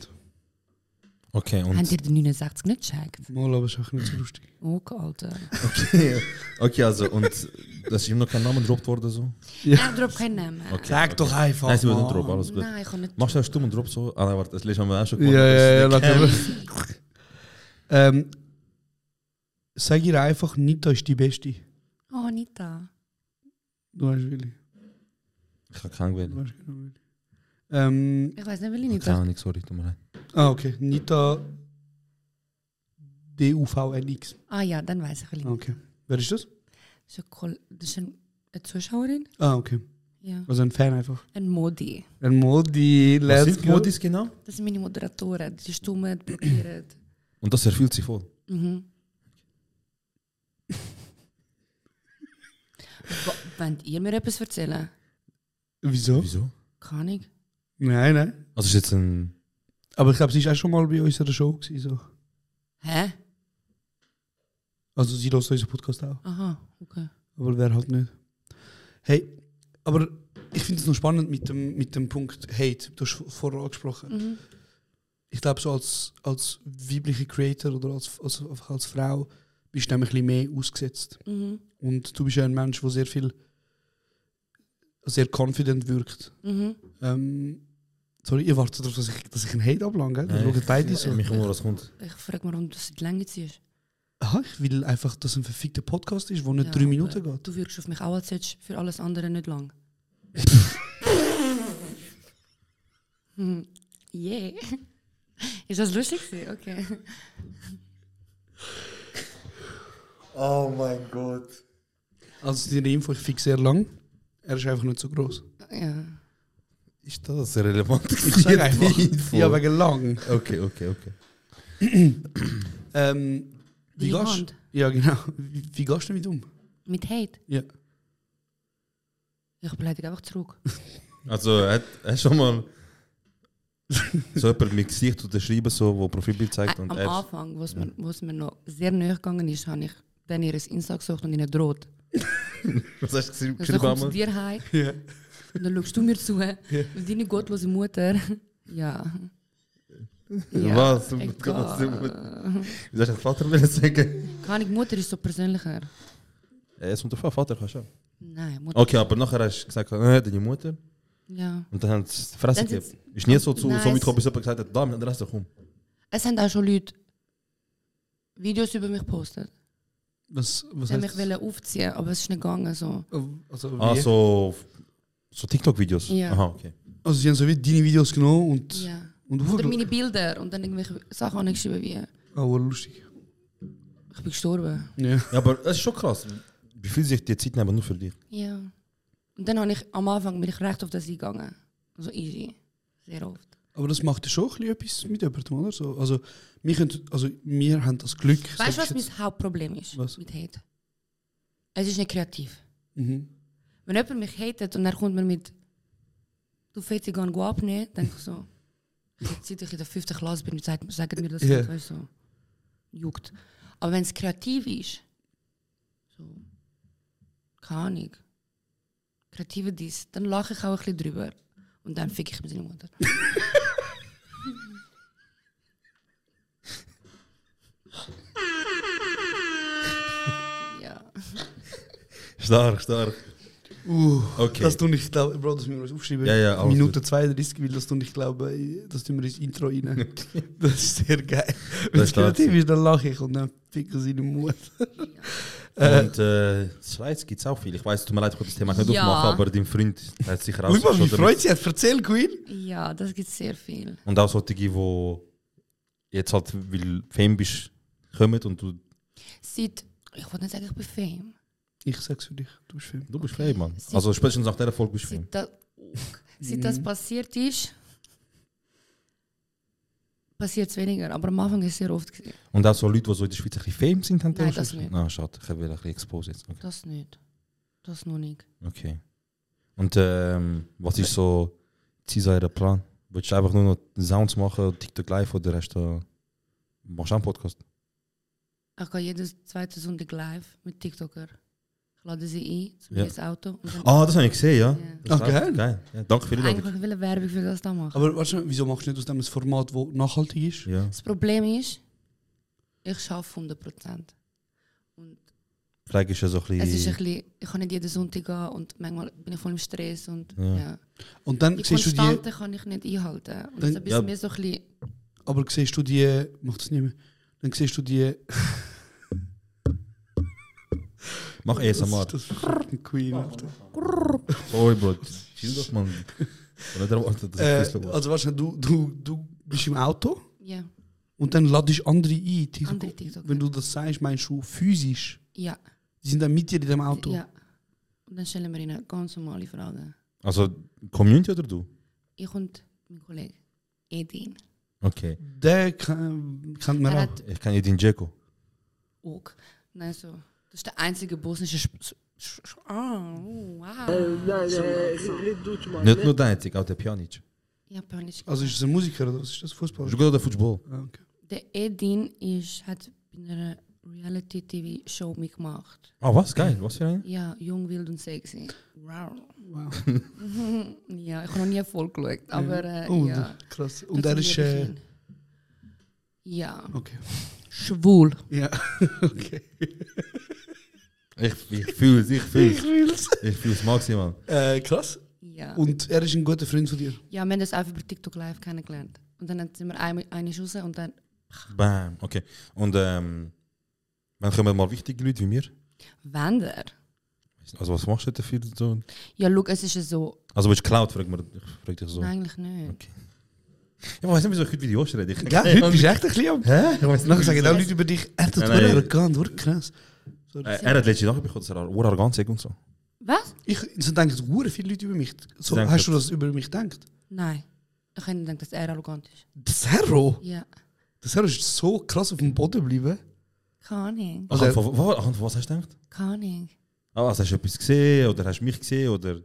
Okay, Habt und. ihr den 69 nicht gecheckt? Mal, aber ist auch nicht so lustig. Okay, Alter. Okay, okay also, und das ist ihm noch kein Name gedroppt worden. So. Ja. Er droppt keinen Namen. Sag doch einfach. Nein, sie wird Mann. nicht droppen, alles gut. Nein, ich kann nicht. Machst du einen Stumm und drop so? Ah, nein, warte, das lesen wir auch schon. Ja, ja, ja, natürlich. ähm, sag ihr einfach, Nita ist die Beste. Oh, Anita. Du weißt, Willi. Ich kann keinen Du wählen. weißt genau, Willi. Ähm, Ich weiß nicht, will ich Keine nicht. Ahnung, sorry, tut mir leid. ah, okay. Nita D-U-V-N-X. Ah ja, dann weiß ich, will ich nicht. Okay. Wer ist das? Das ist, eine, Kol- das ist ein, eine Zuschauerin? Ah, okay. Ja. Also ein Fan einfach. Ein Modi. Ein Modi, Was let's sind go. Modis genau? Das sind meine Moderatoren. Die stummen, die blockieren. Und das erfüllt sie voll. mhm. Wa- Wollt ihr mir etwas erzählen? Wieso? Wieso? Kann ich? Nein, nein. Also ist jetzt ein. Aber ich glaube, sie ist auch schon mal bei unserer Show. Gewesen, so. Hä? Also sie hört unseren Podcast auch. Aha, okay. Aber wer halt nicht. Hey, aber ich finde es noch spannend mit dem, mit dem Punkt Hate. Du hast vorher angesprochen. Mhm. Ich glaube, so als, als weibliche Creator oder als, als, einfach als Frau bist du nämlich ein bisschen mehr ausgesetzt. Mhm. Und du bist ja ein Mensch, der sehr viel sehr confident wirkt. Mhm. Ähm, sorry, ihr wartet darauf, dass ich, dass ich einen Hate ablange. Wir schauen beide so. Mich immer, was kommt. Ich frage mal, warum du das in die Länge ziehst. Aha, ich will einfach, dass es ein verfickter Podcast ist, der nicht Ja, drei Minuten aber geht. Du wirkst auf mich auch, als hättest du für alles andere nicht lang. Hm, yeah. Ist das lustig? gewesen? Okay. Oh mein Gott. Also die Info, ich fix sehr lang. Er ist einfach nicht so groß. Ja. Ist das relevant? Ich sage einfach. Ja, wegen lang. Okay, okay, okay. Ähm, wie Die gehst Hand. Ja, genau. Wie, wie gehst du damit um? Mit Hate? Ja. Ich beleidige einfach zurück. Also, hat, hast du schon mal so jemand mit Gesicht oder Schreiben, so, wo Profilbild zeigt? Und Am er Anfang, wo es mir, wo es mir noch sehr nahe gegangen ist, habe ich dann ihr Insta gesucht und ihnen droht. Was hast du geschrieben? Also dann kommst du zu dir Kirbamer? heim Ja. und dann schaust du mir zu. Und deine gottlose Mutter. Ja. Ja, Was? egal. Wie soll ich den Vater will sagen? Keine Ahnung, Mutter ist so persönlicher. Er ist unter Vater, kannst du auch. Nein, Mutter. Okay, aber nachher hast du gesagt, äh, deine Mutter. Ja. Und dann haben sie die Fresse Dann gegeben. sind's- Ist nie so zu, Nein, so es- weit gekommen, bis jemand gesagt hat, da, mit der Rest komm. Es haben auch schon Leute Videos über mich gepostet. Was, was Sie haben mich heißt wollen aufziehen, aber es ist nicht gegangen. So. Also, wie? Ah, so, so TikTok-Videos? Ja. Aha, okay. also sie haben so wie deine Videos genommen und... Ja. Und Oder hochgeladen. meine Bilder und dann irgendwelche Sachen angeschrieben wie Oh, lustig. «Ich bin gestorben». Ja. Ja, aber es ist schon krass, wie viel sich die Zeit nehmen, nur für dich. Ja. Und dann habe ich am Anfang bin ich recht auf das eingegangen. Also easy. Sehr oft. Aber das macht ja schon ein bisschen etwas mit jemandem, oder? So, also, wir können, also wir haben das Glück... Weißt du, sag was ich jetzt- mein Hauptproblem ist Was? mit Hate? Es ist nicht kreativ. Mhm. Wenn jemand mich hatet und er kommt mir mit «Du Fetzi, geh go abnehmen», denke ich so. Seit ich in der fünften Klasse bin, sagt, sagen mir das Ja. nicht, weißt du. So. Juckt. Aber wenn es kreativ ist, so, keine Ahnung, kreative Diss, dann lache ich auch ein bisschen drüber. Und dann fick ich mit seiner Mutter. ja. Stark, stark. Uh, Okay. das tun ich glaube, Bro, das müssen wir uns aufschreiben. Ja, ja, alles Minute gut. 32, weil das tun ich glaube, das tun wir ins Intro rein. Das ist sehr geil. Wenn Das es kreativ steht's. ist, dann lache ich und dann ficken sie die Mutter. Und äh, Schweiz gibt es auch viel. Ich weiß, tut mir leid, ich wollte das Thema nicht Ja. aufmachen, aber dein Freund hat sicher auch Guck mal, schon wie damit- freut sie hat. Erzähl, Queen. ja, das gibt sehr viel. Und auch solche, die jetzt halt, weil Fame bist, kommen und du, Seit, ich wollte nicht sagen, ich bin Fame. Ich sag's für dich, du bist Film. du bist Fame, Mann. Also spätestens nach dieser Folge bist du Fame. Seit, da, seit das passiert ist, passiert es weniger. Aber am Anfang ist es sehr oft. gewesen. Und auch so Leute, die so in der Schweiz ein bisschen Fame sind, haben die Nein, auch das schon- nicht. Ah, schade, ich will ein bisschen exposed jetzt. Okay. Das nicht. Das noch nicht. okay. Und ähm, was ist so Ziel seiner Plan? Willst du einfach nur noch Sounds machen, TikTok live oder hast du, machst du auch einen Podcast? Ich gehe jeden zweiten Sonntag live mit TikToker. Ich lade sie ein, zu Ja. mir ins Auto. Und dann Ah, das habe ich gesehen, ja. Das Ah, läuft. geil. geil. Ja, danke für die eigentlich Einladung. ich will Werbung für das da machen. Aber weißt du, wieso machst du nicht aus dem ein Format, das nachhaltig ist? Ja. das Problem ist, ich schaffe 100%. Und Vielleicht ist ja so ein es ist ein bisschen. bisschen, ich kann nicht jeden Sonntag gehen und manchmal bin ich voll im Stress. Und, Ja. ja. Und dann Die siehst du die. Konstante kann ich nicht einhalten. Und Dann- dann, ein bisschen Ja. mehr so ein bisschen, Aber siehst du die. Mach das nicht mehr. Dann siehst du die. Mach ASMR. Das ist das Queen. Alter. Sorry, Bro. Chill doch, Mann. Und nicht erwartet, dass ich Äh, Füße also weißt du, du, du, du bist im Auto ja. und dann ladest andere ein. TikTok. Andere TikToker. Wenn du das sagst, meinst du physisch. Ja. Die sind dann mit dir in dem Auto. ja. Und dann stellen wir ihnen ganz normale Fragen. Also, Community oder du? Ich und mein Kollege Edin. Okay. Der kann, kennt man Er auch. hat Ich kann Edin Dzeko. auch. Nein, so. Das ist der Dus einzige bosnische. Sp Sp Sp Sp oh, wow. Nicht nur der einzige, auch der Pjanic. Japanisch. Also ist es ein Musiker oder was ist das? Fußball? Jogador de futebol. Ah, okay. Der Edin ist, hat in einer Reality-TV-Show mitgemacht. Ah, was? Geil. Was für ein? Ja, jung, wild und sexy. Wow. ja, ich habe noch nie voll geschaut, aber äh, oh, ja. krass. Und Das er ist, liebe ich äh, ihn. Ja. Okay. Schwul. Ja, okay. Ich, ich fühle es, ich fühle Ich will's. Ich fühle es maximal. Äh, krass. Ja. Und er ist ein guter Freund von dir. Ja, wir haben das einfach über TikTok live kennengelernt. Und dann sind wir einmal eine raus und dann Bam. Okay. Und ähm, wann kommen mal wichtige Leute wie wir? Wender. Also was machst du dafür? So? Ja, schau, es ist ja so. Also willst du Cloud? Frag, mir, ich frag dich so. Nein, eigentlich nicht. Ich weiß nicht, wieso ich heute wie die Josh rede. Ich, Ja, heute bist du echt ein bisschen am... Hä? Ich weiss nicht, Nachher sagen wieso. auch Leute über dich, er hat das Nein, nein. arrogant, oder? Krass. Äh, er hat letzte Nacht bekommen, dass er urarrogant ist und so. Was? Ich, so denken sehr viele Leute über mich. So, Denken. hast du das über mich gedacht? Nein. Ich habe nicht gedacht, dass er arrogant ist. Das Hero? Ja. Das Hero ist so krass auf dem Boden geblieben. Keine Ahnung. Also, von, von, von, von was hast du gedacht? Keine Ahnung. Ah, Also hast du etwas gesehen oder hast du mich gesehen oder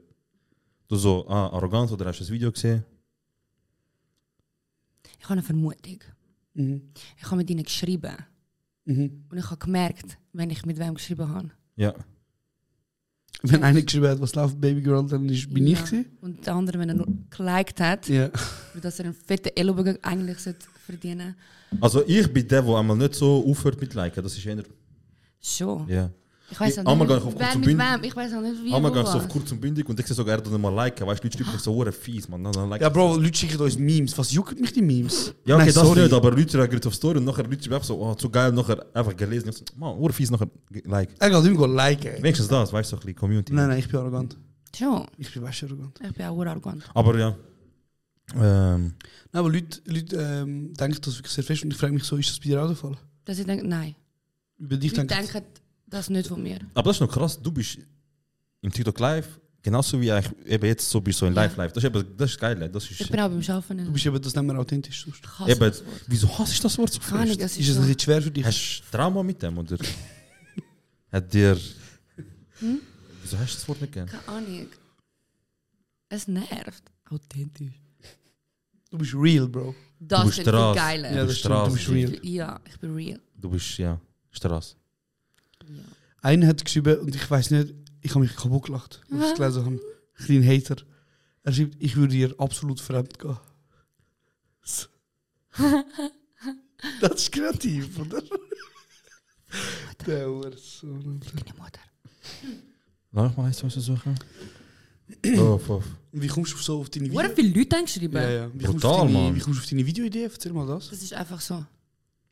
du so ah, arrogant oder hast du das Video gesehen? Ich habe eine Vermutung. Mhm. Ich habe mit ihnen geschrieben. Mhm. Und ich habe gemerkt, wenn ich mit wem geschrieben habe. Ja. Wenn einer geschrieben hat, was läuft Baby Girl, dann ist, bin ich Ja. gewesen. Und der andere, wenn er nur geliked hat, Ja. für dass er einen fetten Ellbogen eigentlich sollte verdienen Also ich bin der, der einmal nicht so aufhört mit liken. Das ist einer. Schon. Ja. Ich weiß auch Einmal nicht, gehe ich auf kurz wer und mit bündig. wem. Ich weiß auch nicht, wie. Einmal wo gehe ich so auf was. kurz und bündig und ich sehe sogar, er tut nicht mal liken. Weißt du, Leute stimmen so hure fies, man. Dann, dann liken. Ja, Bro, Leute schicken uns Memes. Was juckt mich die Memes? Ja, okay, Nein, das sorry. nicht, aber Leute reagieren auf Story und nachher Leute schreiben so, oh, zu geil, nachher einfach gelesen. Ich so, Man, hure fies, nachher ge- like. Er geht immer liken. ey. Wenigstens das, weißt du, so ein bisschen Community. Nein, nein, ich bin arrogant. Schon. Ich bin weißt du, arrogant. Ich bin auch arrogant. Aber ja. Ähm, Nein, aber Leute, Leute ähm, denken das wirklich sehr fest und ich frage mich so, ist das bei dir auch der Fall? Dass ich denke, nein. Über dich Ich denken. denke das nicht von mir. aber das ist noch krass, du bist im TikTok live, genauso wie ich eben jetzt so bist, so in Ja. Live-Live. Das, ist eben- das ist geil, das ist. Ich bin auch beim Schaffen. Du bist eben das nicht mehr dus authentisch. Sonst. Ich hasse Eben, das Wort. also wieso hast du das Wort so Keine Ahnung, fest? das Ist ist es ein so. bisschen schwer für dich? Hast du Trauma mit dem, oder? Hat dir... Hm? Wieso hast du das Wort nicht gern? Keine Ahnung. Es nervt. Authentisch. Du bist real, Bro. Du Das bist ist viel Straße. geiler. Ja, Ja, Du das bist stimmt, du Straße. bist real. Ja, ich bin real. Du bist, ja, Straße. Einer hat geschrieben und ich weiß nicht, ich habe mich kaputt gelacht, als ich es gelesen habe. Klein Hater. Er schreibt, ich würde dir absolut fremd gehen. das ist kreativ, oder? Der Hurensohn. Alter. Meine Mutter. Lass mich mal eins raussuchen. Oh, fuff. Und Wie kommst du so auf deine Wurde Video? viele Leute angeschrieben? Ja, ja. Wie, kommst du Brutal, auf Mann. deine, wie kommst du auf deine Videoidee? Erzähl mal das. Das ist einfach so.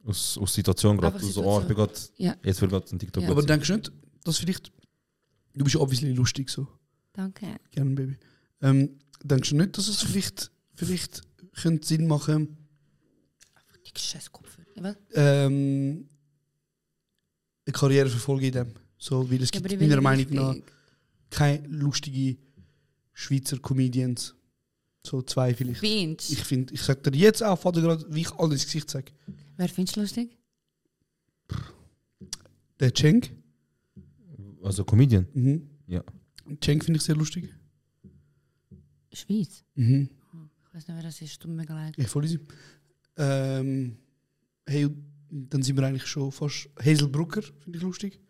Aus, aus Situation gerade. Einfach So, oh, ich bin gerade... Ja. Jetzt will gerade ein TikTok. Ja. gut Aber sein. denkst du nicht, dass vielleicht. Du bist ja obviously lustig so. Danke. Gerne, Baby. Ähm, denkst du nicht, dass es vielleicht, vielleicht könnte Sinn machen Die scheiß Kopfhörer. Ja, was? ähm, eine Karriere verfolgen in dem. So, weil es Ja, aber gibt die werden meiner Meinung nach richtig. keine lustige Schweizer Comedians. So zwei vielleicht. Findest Ich finde, ich sag dir jetzt auch, Vater, gerade, wie ich alles ins Gesicht sage. Wer findest du lustig? Der Cenk. Also Comedian. Mhm. Ja. Cenk finde ich sehr lustig. Schweiz. Mhm. Ich weiß nicht, wer das ist. Tut mir mega leid. Ja, voll easy. Ähm, hey, dann sind wir eigentlich schon fast. Hazel Brucker finde ich lustig.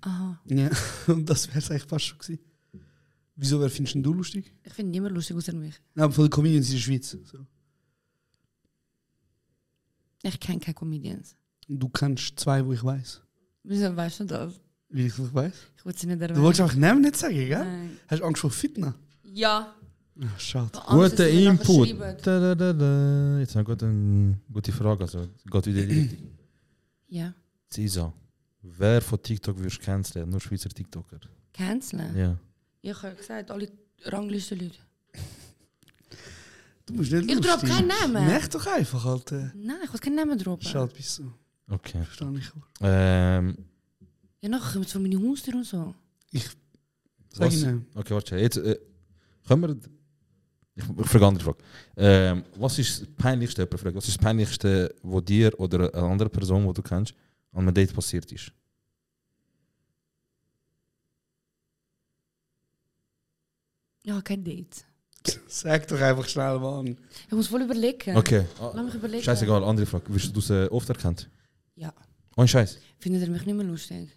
Aha. Ja, und das wäre es eigentlich fast schon gewesen. Wieso, wer findest denn du lustig? Ich finde niemand lustig außer mich. Nein, aber von den Comedians in der Schweiz. So. Ich kenne keine Comedians. Und Du kennst zwei, wo ich weiß. Wieso weißt du das? Wie ich das weiß? Ich wollte sie nicht Du erwähnen. wolltest einfach Namen nicht sagen, gell? Nein. Hast du Angst vor Fitna? Eh, Ja. Ach, schade. Guter Input. Da, da, da, da. Jetzt habe ich eine gute Frage. Also, geht wieder in die Richtung. Ja. Cisa, wer von TikTok würdest du kennenlernen? Nur Schweizer TikToker. Canceln. Ja. Ich habe gesagt, alle Rangliste-Leute. Du bist nicht Ich drop lustig. keinen Namen. Mach doch einfach, Alter. Nein, ich will keinen Namen droppen. Schade bist du. Okay. Verstehe ich aber. Ähm, Ja, nou, nachher kommen sie von meinen Haustieren und so. Ich. Sag was? ich Namen. Okay, warte. Jetzt äh, können wir. Ich, ich frage eine andere Frage. Ähm, was ist das peinlichste, jemand fragt, was ist das peinlichste, wo dir oder einer anderen Person, die du kennst, an einem Date passiert ist? Ja, kein Date. Sag doch einfach schnell, Mann. Ich muss wohl überlegen. Okay. Lass mich überlegen. Scheißegal, andere Frage. Wirst du sie oft erkannt? Ja. Ohne Scheiß. Findet ihr mich nicht mehr lustig?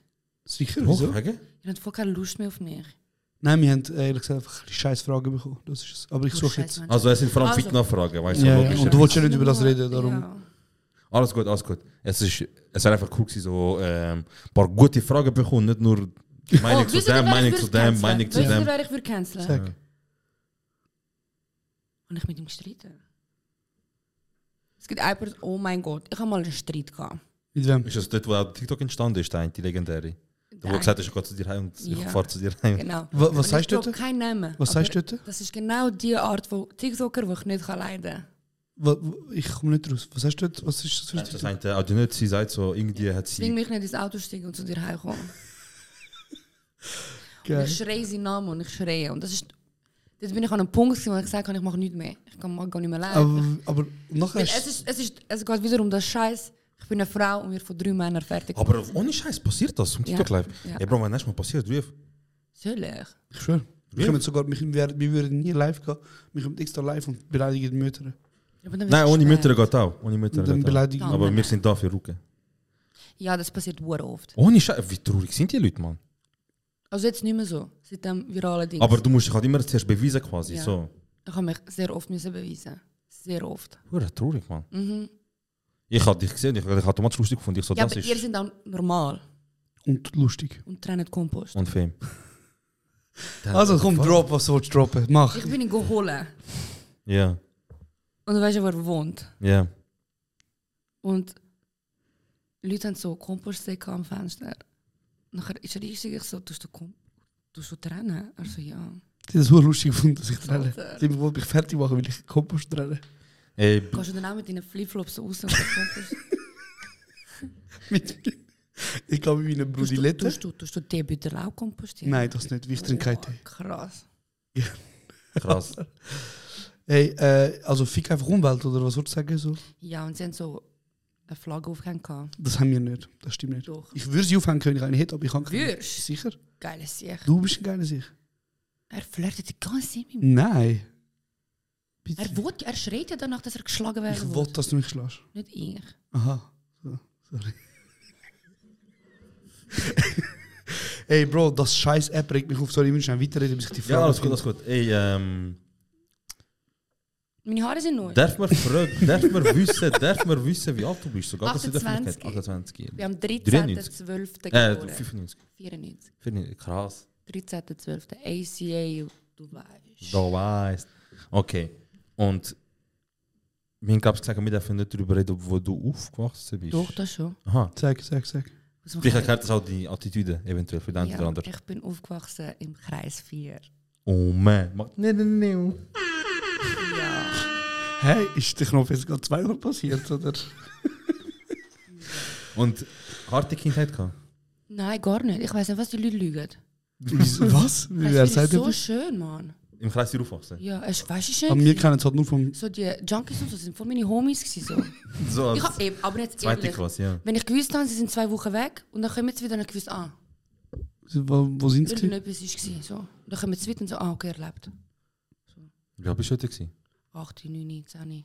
Sicher, Doch, wieso? wegen? Ihr habt voll keine Lust mehr auf mich. Nein, wir haben äh, ehrlich gesagt einfach die scheiß Fragen bekommen. Das ist es. Aber ich Du suche scheiß jetzt. Mensch. Also, es sind vor allem Also. Fitna-Fragen, weißt du? Ja, logisch. ja. Und du wolltest ja nicht über das reden, darum. Ja. Alles gut, alles gut. Es ist, es war einfach cool, gewesen, so ähm, ein paar gute Fragen bekommen, nicht nur Meinung zu wisst ihr, dem, wer Meinung ich zu würde dem, canceln? Meinung zu Wisst ihr, dem. wer ich würde canceln? Sag. Habe ich mit ihm gestritten? Es gibt eine Person, oh mein Gott, ich habe mal einen Streit gehabt. Mit wem? Ist das dort, wo auch TikTok entstanden ist, der eine, die legendäre? Der, wo Nein. gesagt hat, ich gehe zu dir heim und ich Ja. fahre zu dir heim. Genau. Wa- Aber was ich heißt dort? brauche keinen Namen. Was Aber heißt dort? Das ist genau die Art von TikToker, die ich nicht kann leiden kann. Wa- wa- Ich komme nicht raus. Was hast du dort? Was ist das für ein Das ist eine Audionit, sie sagt so, irgendwie hat Zwing sie. mich nicht ins Auto steigen und zu dir heimkommen. Geil. Ich schreie seinen Namen und ich schreie. Und das ist. Dort bin ich an einem Punkt, gewesen, wo ich gesagt habe, ich mache nichts mehr. Ich kann mag gar nicht mehr leiden. Aber, aber nachher Weil hast es, ist, es, ist, es geht wieder um das Scheiß. Ich bin eine Frau und wir von drei Männern fertig. Aber ohne Scheiß passiert das im TikTok Live. Ja. Ey, Bro, wenn das mal passiert, wie? Soll ich? Ich schwöre. Wir, können sogar, wir, werden- wir würden nie live gehen. Wir kommen extra live und beleidigen die Mütter. Aber dann wirst Nein, du ohne gesperrt. Mütter geht auch. Ohne Mütter Dann geht beleidigen- auch. Aber wir sind da für Rucke. Ja, das passiert sehr oft. Ohne Scheiß, wie traurig sind die Leute, Mann? Also jetzt nicht mehr so, seit dem viralen Ding. Aber du musst dich halt immer zuerst beweisen, quasi. Ja. So. ich habe mich sehr oft müssen beweisen. Sehr oft. Hure traurig, Mann. Mhm. Ich hab dich gesehen, ich hab dich automatisch lustig gefunden. Ich so, Ja, das aber ihr ist. seid auch normal Und lustig. und trennt Kompost. Und Fame. Also komm, drop, was du willst droppen. Mach. Ich bin ihn geholt Ja, und du weißt ja, wo er wohnt. ja. Und Leute haben so Kompostsäcke am Fenster. Nachher ist er riesig, ich so, tust du, Kom tust du trennen? Er so, ja. Das ist so lustig gefunden, dass ich trenne. Alter. Ich wollte mich fertig machen, weil ich Kompost trenne. Ey, Kannst du dann auch mit deinen Flipflops so raus und so Kompost? Mit- ich glaube, wie eine tust, du, Brudilette. tust, du, tust du Tee bitte auch kompostieren? Nein, das nicht. Oh, Ich trinke keinen Tee. Krass. krass. Hey, äh, also fick einfach Umwelt, oder was würdest du sagen? So? Ja, und sie haben so eine Flagge aufgehängt. gehabt. Das haben wir nicht. Das stimmt nicht. Doch. Ich würde sie aufhängen, wenn ich eine hätte, aber ich kann keine. Würdest? Sicher? Geiles Sieg. Du bist ein geiler Sieg. Er flirtet die ganze Zeit mit mir. Nein. Bitte. Er, will, er schreit ja danach, dass er geschlagen werden ich will. wollte, dass du mich schlägst. Nicht ich. Aha. So, sorry. Ey, Bro, das scheiß App regt mich auf. Sorry, ich muss schnell weiterreden, bis ich die Frage Ja, alles gut, finde. alles gut. Ey, ähm, Meine Haare sind neu. darf man fragen, darf man wissen, darf man wissen, wie alt du bist? Sogar das in der 28. Öffentlichkeit. 28. Wir haben 93. 13.12. Äh, geboren. 95. 94. 94. Krass. 13.12. ACA, du weißt. Du weißt. Okay. Und mir gab es gesagt, wir dürfen nicht darüber reden, wo du aufgewachsen bist. Doch, das schon. Aha. Sag, sag, sag. Was man Vielleicht kann- erklärt das auch die Attitüde, eventuell, für den einen oder Ja, anderen. ich bin aufgewachsen im Kreis 4. Oh man. Mach- Nee, nee, nee. nee. Hey, ist der Knopf jetzt gerade zweimal passiert, oder? Und harte Kindheit gehabt. Nein, gar nicht. Ich weiß nicht, was die Leute lügen. Wieso- was? Wie Das wer ist sagt so das? schön, Mann. Im Kreis hier aufwachsen. Ja, es weißt du schön. Aber wir gewesen? kennen es halt nur vom. so die Junkies und so sind von meine Homies gewesen, so. So Ich als hab eben, aber jetzt zweite ehrlich, Klasse, ja. wenn ich gewusst habe, sie sind zwei Wochen weg und dann kommen jetzt wieder und ich gewusst, ah, Wo, wo sind sie? irgendetwas ist gewesen, so. Dann kommen jetzt wieder und so, ah, okay, er lebt. Wie alt bist du heute? gewesen? 18, 19, 10.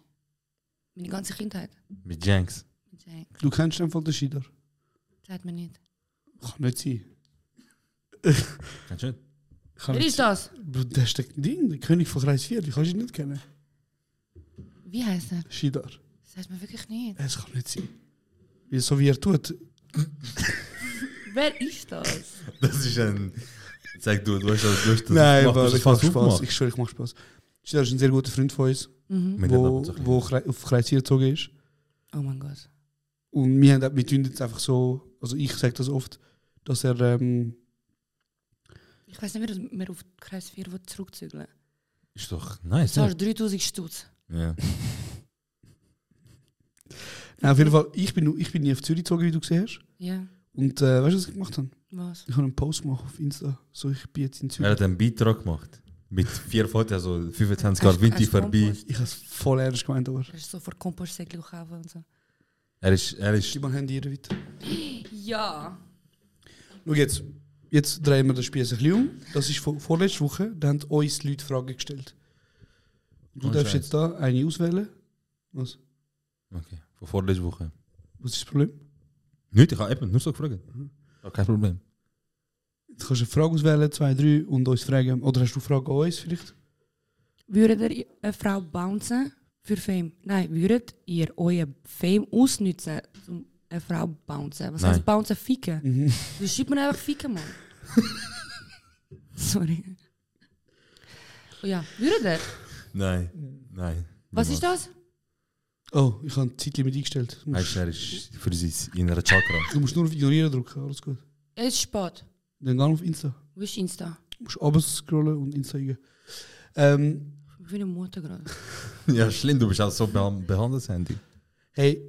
Meine ganze Kindheit. Mit Jenks. Mit Jenks. Du kennst einfach den Schieder. Sagt mir nicht. Kann nicht sein. Kennst du nicht? Kann Wer nicht ist das? Bro, der ist der Ding, der König von Kreis 4, die kannst du nicht kennen. Wie heißt er? Schidar. Sagt mir wirklich nicht. Es kann nicht sein. Wie- So wie er tut. Wer ist das? Das ist ein. Sag du, du hast das durch das. Nein, gemacht, du aber hast ich das mache falsch Spaß. gemacht. Ich schwöre, ich mache Spaß. Schidar ist ein sehr guter Freund von uns, Mit der wo, Namen so ein wo bisschen. Kre- auf Kreis 4 gezogen ist. Oh mein Gott. Und wir, haben, wir tun jetzt einfach so, also ich sage das oft, dass er, ähm, Ich weiß nicht, wie wir auf Kreis 4 will zurückzügeln Ist doch nice. So Ja. hast du 3000 Stutz. Ja. nein, auf jeden Fall, ich bin, ich bin nie auf Zürich gezogen, wie du gesehen hast. Ja, Und äh, weißt du, was ich gemacht habe? was? Ich habe einen Post gemacht auf Insta, so ich bin jetzt in Er Zürich. hat einen Beitrag gemacht. Mit vier Fotos, also 25 Jahre Winter Hast du vorbei. Kompost? Ich habe es voll ernst gemeint, aber Er ist so vor Kompostsäckchen kaufen und so. Er ist. Er ist gib mein Handy ihr weiter. Ja. Schau jetzt, jetzt drehen wir das Spiel ein bisschen um. Das ist von vorletzte Woche, da haben uns Leute Fragen gestellt. Du Oh, darfst scheiße. jetzt da eine auswählen. Was? Okay, von vorletzter Woche. Was ist das Problem? Nicht, ich habe eben nur so gefragt. Ja, kein Problem. Jetzt kannst du eine Frage auswählen, zwei, drei und uns fragen. Oder hast du Fragen an uns vielleicht? Würdet ihr eine Frau bouncen für Fame? Nein, würdet ihr euer Fame ausnutzen, um eine Frau bouncen? Was Nein. heißt bouncen? Dus Ficken? Mhm. Du schiebt mir einfach Ficken, Mann. Sorry. Oh ja, würdet ihr? Nein, nein. Was ist das? Oh, ich habe ein Zeitlimit eingestellt. Du musst, Er ist für sein innere Chakra. du musst nur auf Ignorieren drücken, alles gut. Es ist spät. Dann geh auf Insta. Wo ist Insta? Du musst runter scrollen und Insta eingeben. Ähm, Ich bin eine Mutter gerade. ja, schlimm, du bist auch so beha- behandelt, das Handy. hey,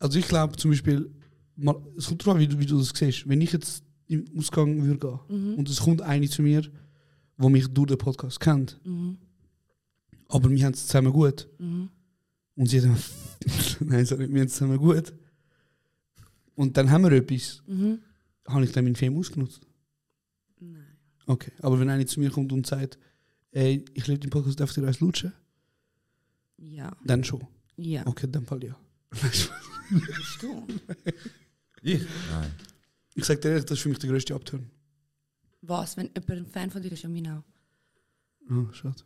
also ich glaube zum Beispiel, mal, es kommt drauf an, wie du, wie du das siehst. Wenn ich jetzt im Ausgang würde gehen Mhm. und es kommt eine zu mir, die mich durch den Podcast kennt, Mhm. aber wir haben es zusammen gut. Mhm. Und sie hat dann, nein, sorry, wir haben es zusammen gut. Und dann haben wir etwas. Mhm. Habe ich dann meinen Film ausgenutzt? Nein. Okay, aber wenn einer zu mir kommt und sagt, ey, ich liebe den Podcast, darf ich dir eins lutschen? Ja. Dann schon. Ja. Okay, dann Fall ja. Bist du? Ich? Nein. Ich sag dir ehrlich, das ist für mich der größte Abturn. Was, wenn jemand ein Fan von dir ist, ja, mir auch. Ah, schade.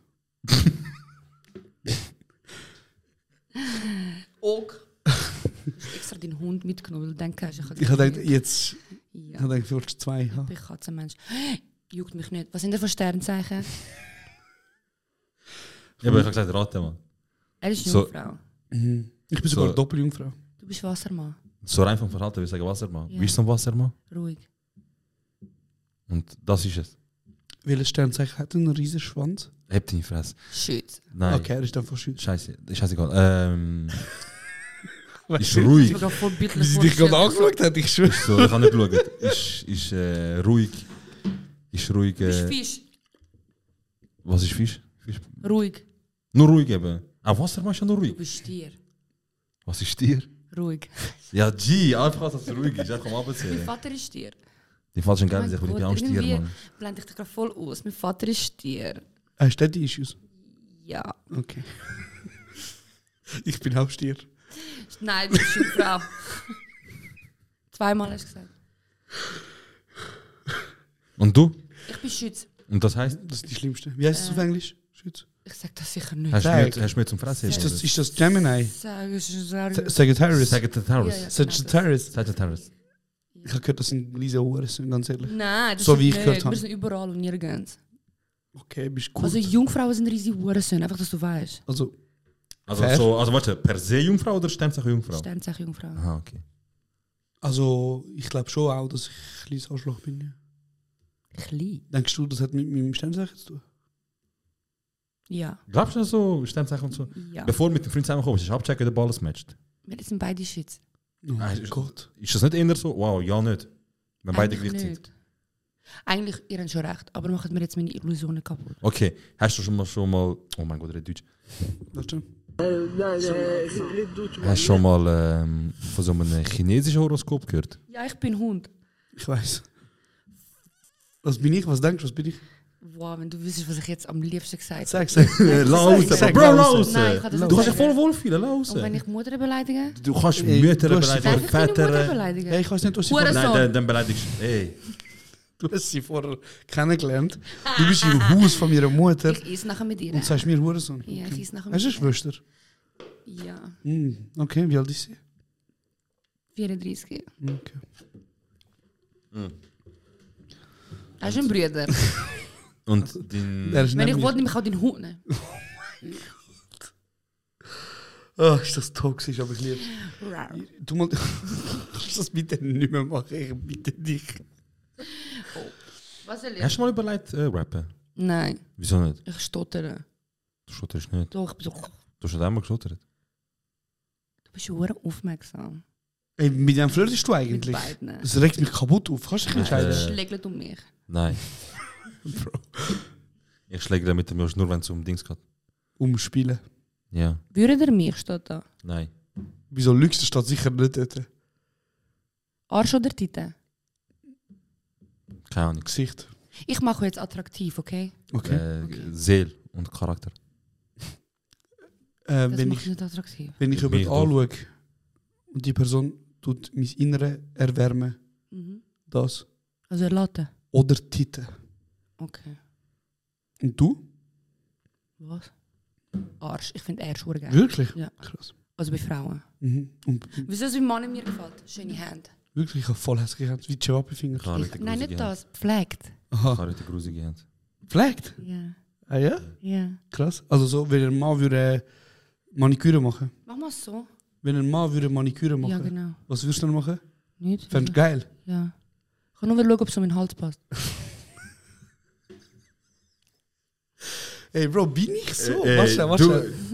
Ook. Hast extra deinen Hund mitgenommen, weil du denkst, ich kann Ich habe gedacht, jetzt, ich Ja. habe gedacht, du willst zwei haben. Ich bin Katzenmensch. Juckt mich nicht. Was sind das für Sternzeichen? Ja, aber ich habe gesagt, rate mal. Er ist So- Jungfrau. Mhm. Ich bin So. sogar Doppeljungfrau. Du bist Wassermann. So rein vom Verhalten, wir sagen Wassermann. Ja. Wie ist so ein Wassermann? Ruhig. Und das ist es. Welches Sternzeichen hat einen riesen Schwanz? Heb deine Fresse. Shit. Nein. Okay, er ist einfach schütz. Scheiße, scheißegal. Ähm, ist ruhig. Ich habe Wie vorbildlich sie dich gerade angeschaut hat, ich schwöre. So, ich habe nicht geschaut. Ist, ist äh, ruhig. Ist ruhig. Du bist Äh, Fisch. was ist Fisch? Fisch? Ruhig. Nur ruhig eben. Auch Wassermann ist ja nur Du ruhig. bist Stier. Was ist Tier? Ruhig. Ja, G, einfach, dass es ruhig ist. Einfach mal Mein abzählen. Vater ist Stier. eh, Die falschen Mein Geld, ich bin Gott, auch ein Stier, irgendwie Mann. Blende ich dich gerade voll aus. Mein Vater ist Stier. Hast du die Issues? Ja. Okay. ich bin Hauptstier. Nein, du bist Jungfrau. Zweimal hast du gesagt. Und du? Ich bin Schütz. Und das heißt, Das ist die Schlimmste. Wie Äh. heißt es auf Englisch? Schütz. Ich sag das sicher nicht. hast du Sag. mir, hast du mir zum Fressen? Ist das, ist das Gemini? Sag es, sag Sa- es. Sagittarius? Ja, ja. Sagittarius. Sagittarius? Sagittarius. Ich habe gehört, das sind Lisa Huren, sind, ganz ehrlich. Nein, das So stimmt wie ich nicht. gehört habe. Wir sind überall und nirgends. Okay, bist Also cool. Jungfrauen sind riesige Hurensöhne, einfach, dass du weißt. Also, Also, Fair. so, also warte, per se Jungfrau oder Sternzeichen Jungfrau? Sternzeichen Jungfrau. Aha, okay. also ich glaube schon auch, dass ich Lisa Arschloch bin. Ja. Ich liebe. Denkst du, das hat mit meinem Sternzeichen zu tun? Oh Ja. Glaubst du das so, Sternzeichen und so? Ja. Bevor du mit dem Freund zusammenkommst, hast du abchecken, ob alles matcht. Wir sind beide Schütz. Oh mein ist- Gott. Ist das nicht eher so? Wow, ja, nicht. Wenn beide Eigentlich gleich sind. nicht. Eigentlich, ihr habt schon recht, aber macht mir jetzt meine Illusionen kaputt. Okay, hast du schon mal, schon mal oh mein Gott, red Deutsch. Warte. Äh, Hast du schon mal ähm, von so einem chinesischen Horoskop gehört? Ja, ich bin Hund. Ich weiß. Was bin ich? Was denkst du? Was bin ich? Wow, wenn du wüsstest, was ich jetzt am liebsten gesagt habe. Sag, sag. Laus, sag, Bro, sag, Laus! Nein, ich kann das Du nicht kannst dich voll sagen. wohlfühlen, Laus! Und wenn ich Mutter beleidige? Du kannst Ey, Mütter du hast- beleidigen, Darf ich meine Mutter Väter. beleidigen? Hey, ich weiß nicht, was sie Hurensohn. Nein, dann, dann beleidigst du. Ey, Du hast sie vorher kennengelernt. Du bist im Haus von meiner Mutter Ich esse nachher mit ihr. und sagst mir Hurensohn. Ja, ich esse nachher mit Hast du ihr. Schwester? Ja, Hm, okay, wie alt ist sie? 34. Okay. Hast du einen Bruder? und dein. Er ist wenn neben ich mir. wollte, nehme ich auch den Hund. Ne? Ah, ist das toxisch, aber ich liebe Du mal, kannst das bitte nicht mehr machen, ich bitte dich. Was soll ich? Hast du mal überlegt, äh, rappen? Nein, Wieso nicht? ich stottere. Du schotterst nicht. Doch, ich bin so... Du hast schon einmal geschottert. Du bist hure aufmerksam. Ey, mit wem flirtest du eigentlich? Mit beiden. Das regt mich kaputt auf, kannst du dich Du entscheiden? Äh. schlägelt um mich. Nein. Ich schläge damit dem Josh nur, wenn es um Dings geht. Umspielen. Ja, Würde er mich steht da? nein. Wieso lügst du, steht sicher nicht dort. Arsch oder Titel? Keine Ahnung. Gesicht. Ich mache jetzt attraktiv, okay? Okay. Äh, Seele und Charakter. äh, Das wenn, macht ich, nicht attraktiv. wenn ich Mich jemanden doch. anschaue und die Person tut mein Innere erwärmen, Mhm. das. Also Latte. Oder Titel. Okay. Und du? Was? Arsch. Ich finde Arsch urgeil. Wirklich? Ja. Krass. Also bei Frauen. Mhm. Und Wieso es wie Mann mir gefällt? Schöne Hände. wirklich, ich habe voll hässliche Hände, wie Chihuahua-Finger. Klar, richtig Nein, grusige nicht Hand. das. Pflegt. Aha. Klar, richtig grusige Hand. Vielleicht? Ja. Ah ja? Ja. Krass. Also so, wenn ein Mann würde Maniküre machen. Mach mal so. Wenn ein Mann würde Maniküre machen. Ja, genau. Was würdest du dann machen? Nicht? Fändest du geil? Ja. Ich kann nur schauen, ob es um meinen Hals passt. Ey, Bro, bin ich so? Äh, äh, Warte, warte.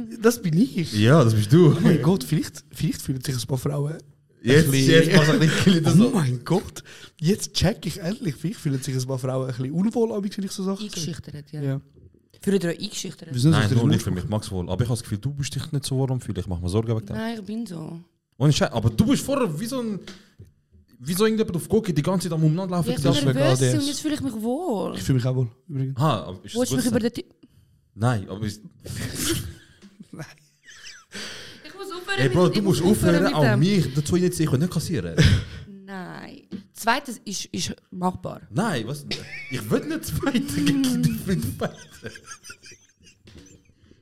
du- Das bin ich. Ja, das bist du. Oh mein Gott, vielleicht, vielleicht fühlen sich ein paar Frauen. Jetzt- ein bisschen- jetzt machst du ein bisschen das Oh so. mein Gott, jetzt check ich endlich. Vielleicht fühlen sich ein paar Frauen ein bisschen unwohl, aber ich so Sachen sage. Eingeschüchtert, ja. Ja. Fühlt ihr euch eingeschüchtert? Wieso Nein, soll ich nur das nicht für machen? mich, Max wohl. Aber ich habe das Gefühl, du bist dich nicht so warm fühle. Ich mache mir Sorgen wegen dem. Nein, ich bin so. Ohne Scheiß. Aber du bist vorher wie so ein. Wie so irgendjemand auf Gokki die ganze Zeit am Umland laufen. Ja, ich bin das ist wegen nervös ADS. und jetzt fühle ich mich wohl. Ich fühle mich auch wohl, übrigens. Ha, aber Wolltest ist du das mich gut über sein? den Typ... Nein, aber ist. Ich muss aufhören Ey, Bro, mit- du ich musst muss aufhören, mit auch dem. mich dazu jetzt. Ich kann nicht kassieren. Nein. Zweites ist, ist machbar. Nein, was? Ich will nicht zweite gegen die Fünfbeine.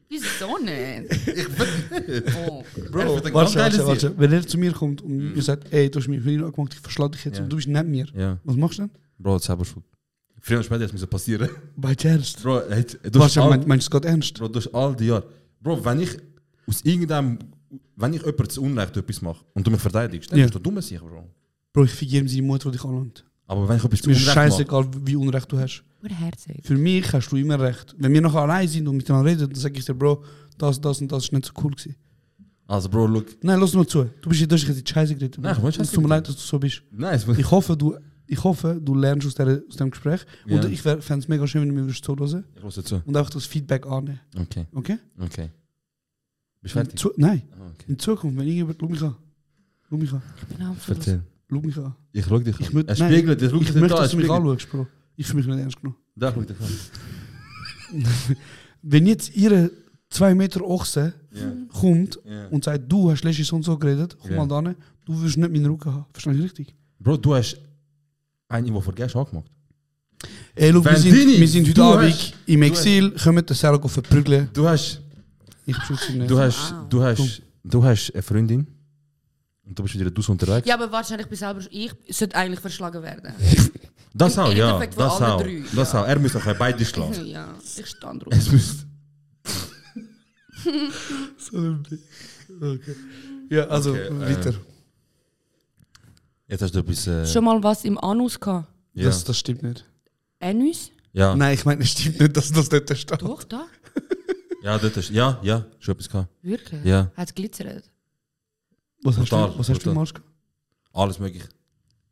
Wieso nicht? ich will nicht. Oh. Bro, ich Warte, will warte, warte. warte. Wenn er zu mir kommt und mir sagt, ey, du hast mich vorhin angemacht, ich verschlage dich jetzt Mhm. Ja. und du bist nicht mir. Ja, Was machst du denn? Bro, jetzt habe ich schon. Früher oder später ist es passieren. Bei dir ernst. Bro, hey, du hast Warte, mein, all, meinst du es gerade ernst? Bro, durch all die Jahre. Bro, wenn ich aus irgendeinem. Wenn ich jemandem zu Unrecht etwas mache und du mich verteidigst, dann Ja. bist du dumm sicher, Bro. Bro, ich vergebe seine Mutter, die dich anlangt. Aber wenn ich etwas zu Mir ist Unrecht mache. scheißegal, wie Unrecht du hast. Oder herzig. Für mich hast du immer recht. Wenn wir nachher allein sind und miteinander reden, dann sage ich dir, Bro, das, das und das ist nicht so cool gewesen. Also, Bro, look. Nein, lass nur Ne, zu. Du bist ja durch die Scheiße geredet. Nein, ich Bro. hab nicht es Scheiße tut mir leid, geredet. dass du so bist. Nein, es Ich hoffe, du, ich hoffe, du lernst aus, der, aus dem Gespräch. Ja. Und ich fände es mega schön, wenn du mir würdest zuhören Ich höre zu. und auch das Feedback annehmen. Okay, Okay? okay. Bist du In fertig? Zu, nein, Ah, okay. in Zukunft, wenn irgendjemand. Schau mich an. Schau mich an. Ich bin absolut. Erzähl. Schau mich an. Ich schau dich Ich an. mö- Er nein, spiegelt, er schaut Ich dich nicht möchte, an. er dass du mich spiegelt. anschaust, Bro. Ich fühle mich nicht ernst genommen. Da schau dich an. Wenn jetzt ihre 2 Meter Ochse kommt Ja. und sagt, du hast letztens so und so geredet, komm Ja. mal da hin, du wirst nicht meinen Rücken haben. Verstehst du richtig? Bro, du hast einen, der vergisst, angemacht. Ey, schau, wir Wenn sind, die nicht- wir sind heute du Abend hast- im du Exil, kommen den Sergo verprügeln. Du hast. Ich beschütze ihn nicht. Du hast, Wow. du hast, du hast eine Freundin und du bist wieder dus unterwegs. Ja, aber wahrscheinlich bin selber ich sollte eigentlich verschlagen werden. das auch, in ja, Endeffekt voor das alle auch, drie, das ja. auch. Er muss auch beide schlagen. ja, ich stand drauf. Es muss. Okay. Ja, also Okay, äh, weiter. Jetzt hast du etwas. Äh, Schon mal was im Anus gehabt? ja. Das, das stimmt nicht. Anus? ja, Nein, ich meine, es stimmt nicht, dass das nicht steht. Doch, da. ja, das ist, ja, ja, schon etwas gehabt. Wirklich? Ja. Hat es glitzert? Was hast Total, du, was hast du total. im Arsch gehabt? Alles möglich.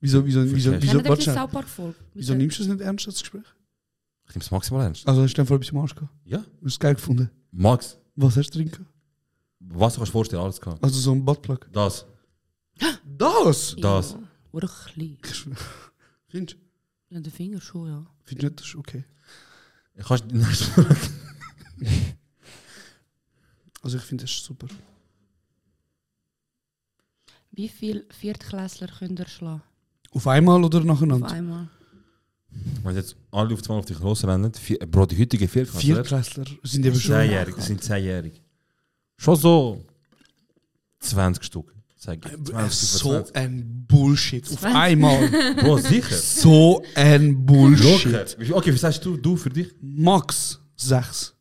Wieso, wieso, wieso, Verstehe. wieso, Kennt ihr warte die schnell. South Park Folge? wieso nimmst du es nicht ernst, das Gespräch? Ich nehme es maximal ernst. Also hast du einfach etwas im Arsch gehabt? Ja. Hast du es geil gefunden? Max, Was hast du drin gehabt? was du kannst vorstellen, alles gehabt. Also so ein Buttplug. Das, Das? das. Oder klein. Findest du? Ja, den Finger schon, ja. Findest du nicht, das ist okay. Ich kannst die nächste Frage. Also ich finde, das ist super. Wie viele Viertklässler könnt ihr schlagen? Auf einmal oder Auf nacheinander? einmal. Wenn jetzt alle auf zweimal auf dich losrennen, vier, Bro, die heutigen vier Vier Klässler sind eben schon. Zehnjährig, das sind zehnjährig. Schon so 20 Stück, sag ich. 20, Äh, So 25. ein Bullshit. Auf einmal. Bro, sicher. So ein Locker. Bullshit. Okay, was sagst du, du für dich? Max 6.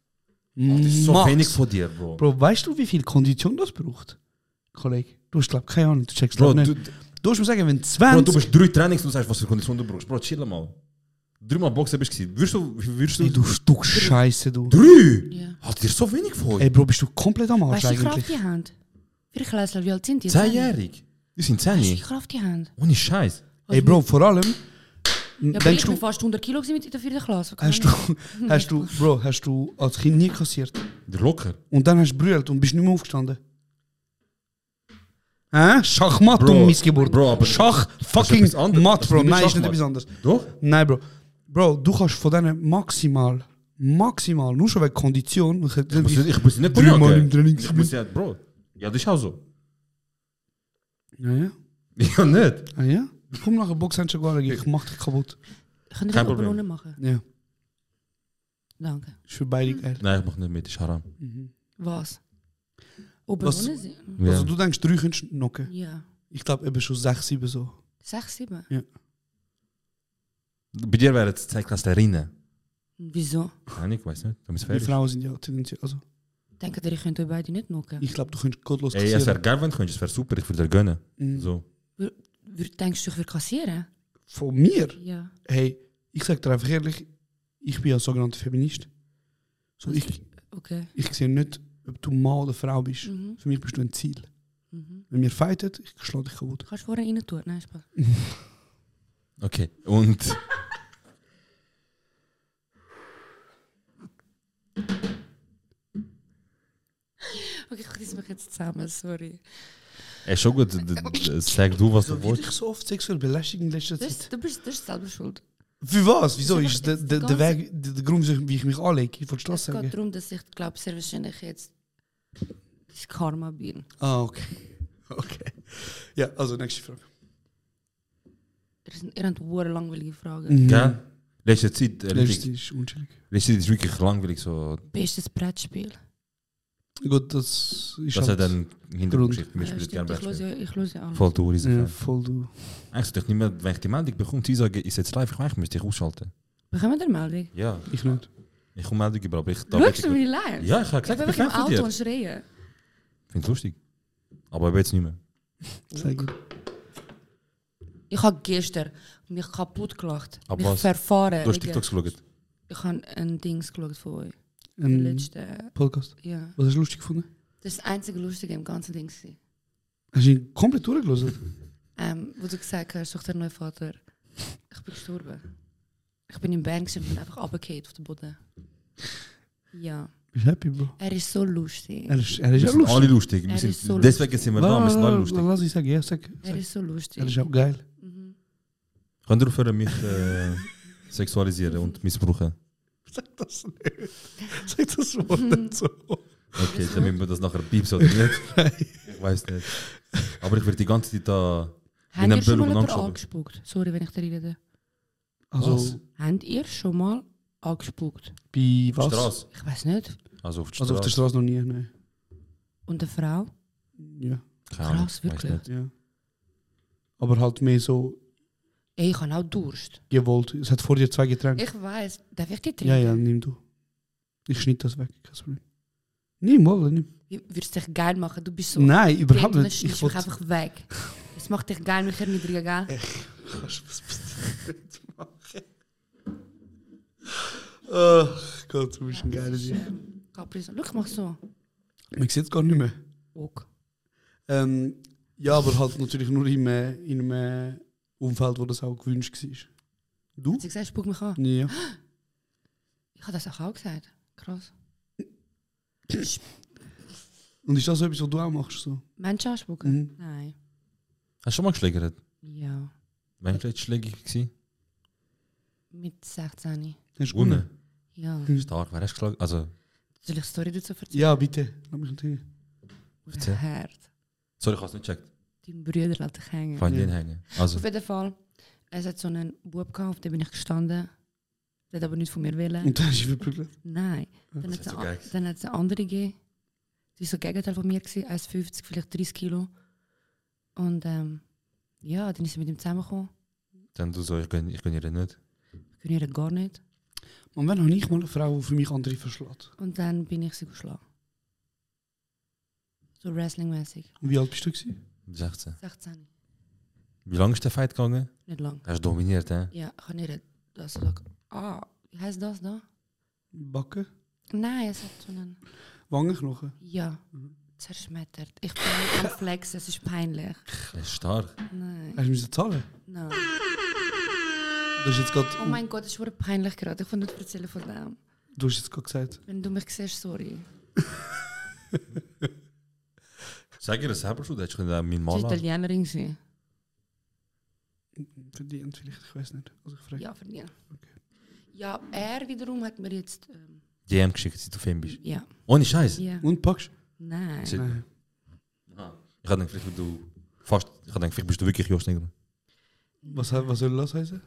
Oh, So Max. wenig von dir, Bro. Bro, weißt du, wie viel Kondition das braucht? Kollege, du hast, glaub, keine Ahnung, du checkst Bro, glaub, du, nicht. Du musst mir sagen, wenn Bro, 20. du bist drei Trainings und du sagst, was für Kondition du brauchst. Bro, chill mal. Dreimal Boxen bist du. gewesen. Würdest du. Würdest Ey, du du Stück Scheiße, du. drei? Ja. Hat dir so wenig von? Ey, Bro, bist du komplett am Arsch Weißt du, wie eigentlich? Kraft die haben? Viertklässler, wie alt sind die? Zehnjährig. Die sind Weißt du, wie zehn. Kraft die haben? Ohne Scheiß. Ey, Bro, vor allem. Ja, aber denkst ich du, bin fast 100 Kilo gewesen mit in der vierten Klasse. hast du, hast du, Bro, hast du als Kind nie kassiert? Der Locker. Und dann hast du brüllt und bist nicht mehr aufgestanden. Hä? Schachmatt Bro, um Missgeburt. Bro, aber- Schach Das fucking ist etwas anderes. Matt, Bro. Das ist nicht Nein, ist nicht Schachmatt. etwas anderes. Doch? Nein, Bro. Bro, du kannst von denen maximal, Maximal, nur schon wegen Kondition. Ich, hätte- Ich muss, ich muss nicht dreimal brügen. im Training Ich muss ja, Bro. Ja, das ist auch so. Ja, ja. Ja, nicht. Ah, ja? Komm nachher Boxhandschuh gar nicht, ich mach dich kaputt. Können wir das ohne machen? Ja, Danke. ist für beide geil. Nein, ich mach nicht mit, das ist haram. Was? Oben Was- ohne sie? Ja. Also du denkst, drei könntest du knocken? Ja. Ich glaube eben schon sechs, sieben so. Sechs, sieben. Ja. Bei dir wäre es Zeitklasslerinnen. Wieso? Nein, ich weiß nicht. Du bist Die fertig. Frauen sind ja tendenziell, also Denken ihr, ihr könnt euch beide nicht knocken? ich glaube, du könntest gottlos Ey, es wäre kassieren. geil, wenn du könntest. Es wäre super, ich würde dir gönnen. Mhm. So. Wir- wir- Denkst du, ich würde kassieren? Von mir? Ja. Hey, ich sag dir einfach ehrlich, ich bin ja sogenannter Feminist. So, ich, Okay. ich sehe nicht, ob du Mann oder Frau bist. Mhm. Für mich bist du ein Ziel. Mhm. Wenn wir fighten, ich schlage dich kaputt. Kannst du vorne rein tun? Nein, Spaß. Okay. Und. Okay, ich reiss mich jetzt zusammen, sorry. Ey, schon gut. d- d- Sag du, was du So, wie dich wolltest. so oft sexuell belästigt in letzter Das, Zeit. ist- du bist, das ist selber schuld. Für was? Wieso Das ist ist der, einfach- der, das der Ganze- Weg, der, der Grund, wie ich mich anlege? Ich wollte das Es geht sagen. darum, dass ich, glaube sehr wahrscheinlich jetzt das Karma bin. Ah, okay. Okay. Ja, also nächste Frage. Ihr sind- ihr habt hohe langweilige Fragen. Mhm. Gell? Letzte Zeit. äh, Letzte Letzte ist unschuldig. Letzte Zeit ist wirklich langweilig. So. Bestes Brettspiel. Gut, das ist Das halt- hat dann Hintergrundgeschichte. Wir Ja, spielen gerne stimmt, ich Brettspiel. höre ich höre ja an. Voll du, Ja, Riesenfan. voll du. Eigentlich doch nicht mehr, wenn ich die Meldung bekomme, sie sagen, ist jetzt live, ich weiß, ich müsste dich ausschalten. Bekommen wir eine Meldung? Ja. Ich nicht. Ich komme Meldung über, aber ich da Schaust du wirklich- meine Lines? Ja, ich habe Ich gesagt, bin ich bin wirklich im Fan von dir. Auto und schreien. Finde lustig. Aber ich will es nicht mehr. Sehr gut. Ich habe gestern mich kaputt gelacht. Aber mich was? verfahren. Du hast wegen- TikToks geschaut. Ich habe ein Dings geschaut von euch. Den Ein letzten. Podcast. Ja. Was hast du lustig gefunden? Das ist das einzige Lustige im ganzen Ding. gewesen. Hast du ihn komplett durchgelesen? Ähm, wo du gesagt hast, durch den neuen Vater, ich bin gestorben. Ich bin im Band und bin einfach runtergefallen auf den Boden. Ja. Bist du happy, Bro? Er ist so lustig. Er ist, er ist Wir ja sind alle lustig. lustig. Wir Er sind, ist so deswegen sind wir da, wir sind alle Lass- lustig. Lass ich sagen, ja, sag. Er sag. ist so lustig. Er ist auch geil. Mhm. Könnt ihr aufhören, mich äh, sexualisieren und missbrauchen? Sag das nicht. Sag das Wort nicht so. Okay, dann müssen wir das nachher piepsen oder nicht. Ich weiß nicht. Aber ich werde die ganze Zeit da... Habt ihr einem schon mal Böll jemanden angeschoben. angespuckt? Sorry, wenn ich da rede. Also, Was? Habt ihr schon mal angespuckt? bei was? Straße. Ich weiß nicht. Also auf der Also auf der Straße. Straße noch nie, nein. Und eine Frau? Ja. Keine Ahnung, Krass, weiss wirklich? nicht. ja. Aber halt mehr so Ey, ich habe auch Durst. gewollt. Es hat vor dir zwei Getränke. Ich weiß. Darf ich die trinken? Ja, ja, nimm du. Ich schneid das weg, kein Problem. Nimm, mal, nimm. Ich würde es dich geil machen. Du bist so. Nein, überhaupt Dann nicht. schmeißt mich Ich wollte... einfach weg. Dus Das macht dich geil, mich erniedrigen, gell? Kannst du das bitte nicht machen? Ach Gott, du bist ein geiler Typ. Capri Sonne. Schau, mach so. Man sieht es gar nicht mehr. Ook. Ähm, ja, aber halt natürlich nur in einem, in einem Umfeld, wo das auch gewünscht war. Du? Als Dus ik zei, spook me gewoon. Ja. Ik had dat zo gauw gezegd. Krass. Und ist das so etwas, was du auch machst? So? Mensen aanspoken? Mhm. Nee. Hast du schon mal geschlägert? Ja. Wenn ich jetzt schlägig gewesen? Mit 16. Hast du Gewonnen. gewonnen? Ja. Mhm. Stark, wer hast du geschlagen? Also, Zal ik story dazu vertellen? Ja, bitte. Lass mich natürlich. vertel. Herd. sorry, ich habe es nicht gecheckt. Die broeder laten hangen. Von Ja. denen hängen. Also, Auf jeden Fall. Er hat so einen Bub gehabt, auf den bin ich gestanden. Der hat aber nichts von mir willen. Und dann ist verprügelt. Nein. Dann hat ist es so eine, geil. an- dann hat's eine andere gegeben. Die war so Gegenteil von mir, gewesen, 1,50, vielleicht 30 Kilo. Und ähm, ja, dann ist sie mit ihm zusammengekommen. dann du so, ich gönne ich gönn ihr nicht. Ich kann ihr gar nicht. Und wenn noch nicht mal eine Frau, die für mich andere verschlägt. Und dann bin ich sie geschlagen. So wrestlingmäßig. Und wie alt bist du? Gewesen? 16. 16. Wie lange ist der Fight gegangen? Nicht lang. Er ist dominiert, hè? Ja, ich kann nicht. Das so, ah, wie heißt das da? Backen? Nein, es hat so einen. Wangenknochen? Ja, zerschmettert. Ich bin nicht am Flex, es ist peinlich. Er ist stark. Nein, Hast du müssen zahlen? nein. Du hast jetzt Oh gerade mein Gott, es ist wurde peinlich gerade. Ich will nicht erzählen von dem. du hast jetzt gerade gesagt. Wenn du mich siehst, sorry. Sag ihr das selber schon, du hättest können meinen Du Mann bist an. Italienerin. gewesen. Verdient vielleicht, ich weiß nicht. Also ich frage. Ja, verdienen. Ja, er wiederum hat mir jetzt. Ähm, DM geschickt, seit du Film bist. Ja. Ohne Scheiß. Ja. Und packst? Nein. Shit. Ich habe gedacht, vielleicht du fast. Ich habe gedacht, vielleicht bist du wirklich Jost Nigro. Was, he- was soll das heißen?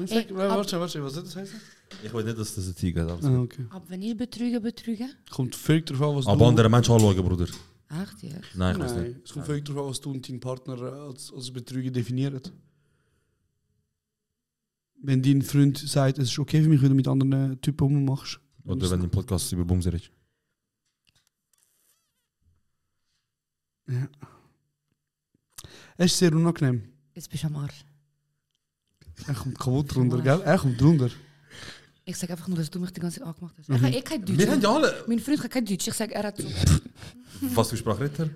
Ey, Sag, warte, ab- warte, warte, was soll das heißen? Ich will nicht, dass das ein Tiger ist. Ah, okay. Aber wenn ich betrüge, betrüge? Kommt völlig darauf an, was Aber andere Menschen anschauen, Bruder. Echt jetzt? Nein, ich weiß Nein, nicht. es kommt völlig darauf an, was du und dein Partner äh, als, als Betrüger definiert. Wenn dein Freund sagt, es ist okay für mich, wenn du mit anderen eh, Typen rummachst. Oder wenn du im Podcast über Bums redest. Ja. Es ist sehr unangenehm. Jetzt bist du am Arsch. Er kommt kaputt runter, gell? Er kommt runter. Ich sage einfach nur, dass du mich die ganze Zeit angemacht hast. Mhm. Ich habe eh kein Deutsch. Wir haben ja alle- Mein Freund kann kein Deutsch. Ich sage, er hat so Was für Sprache redet er?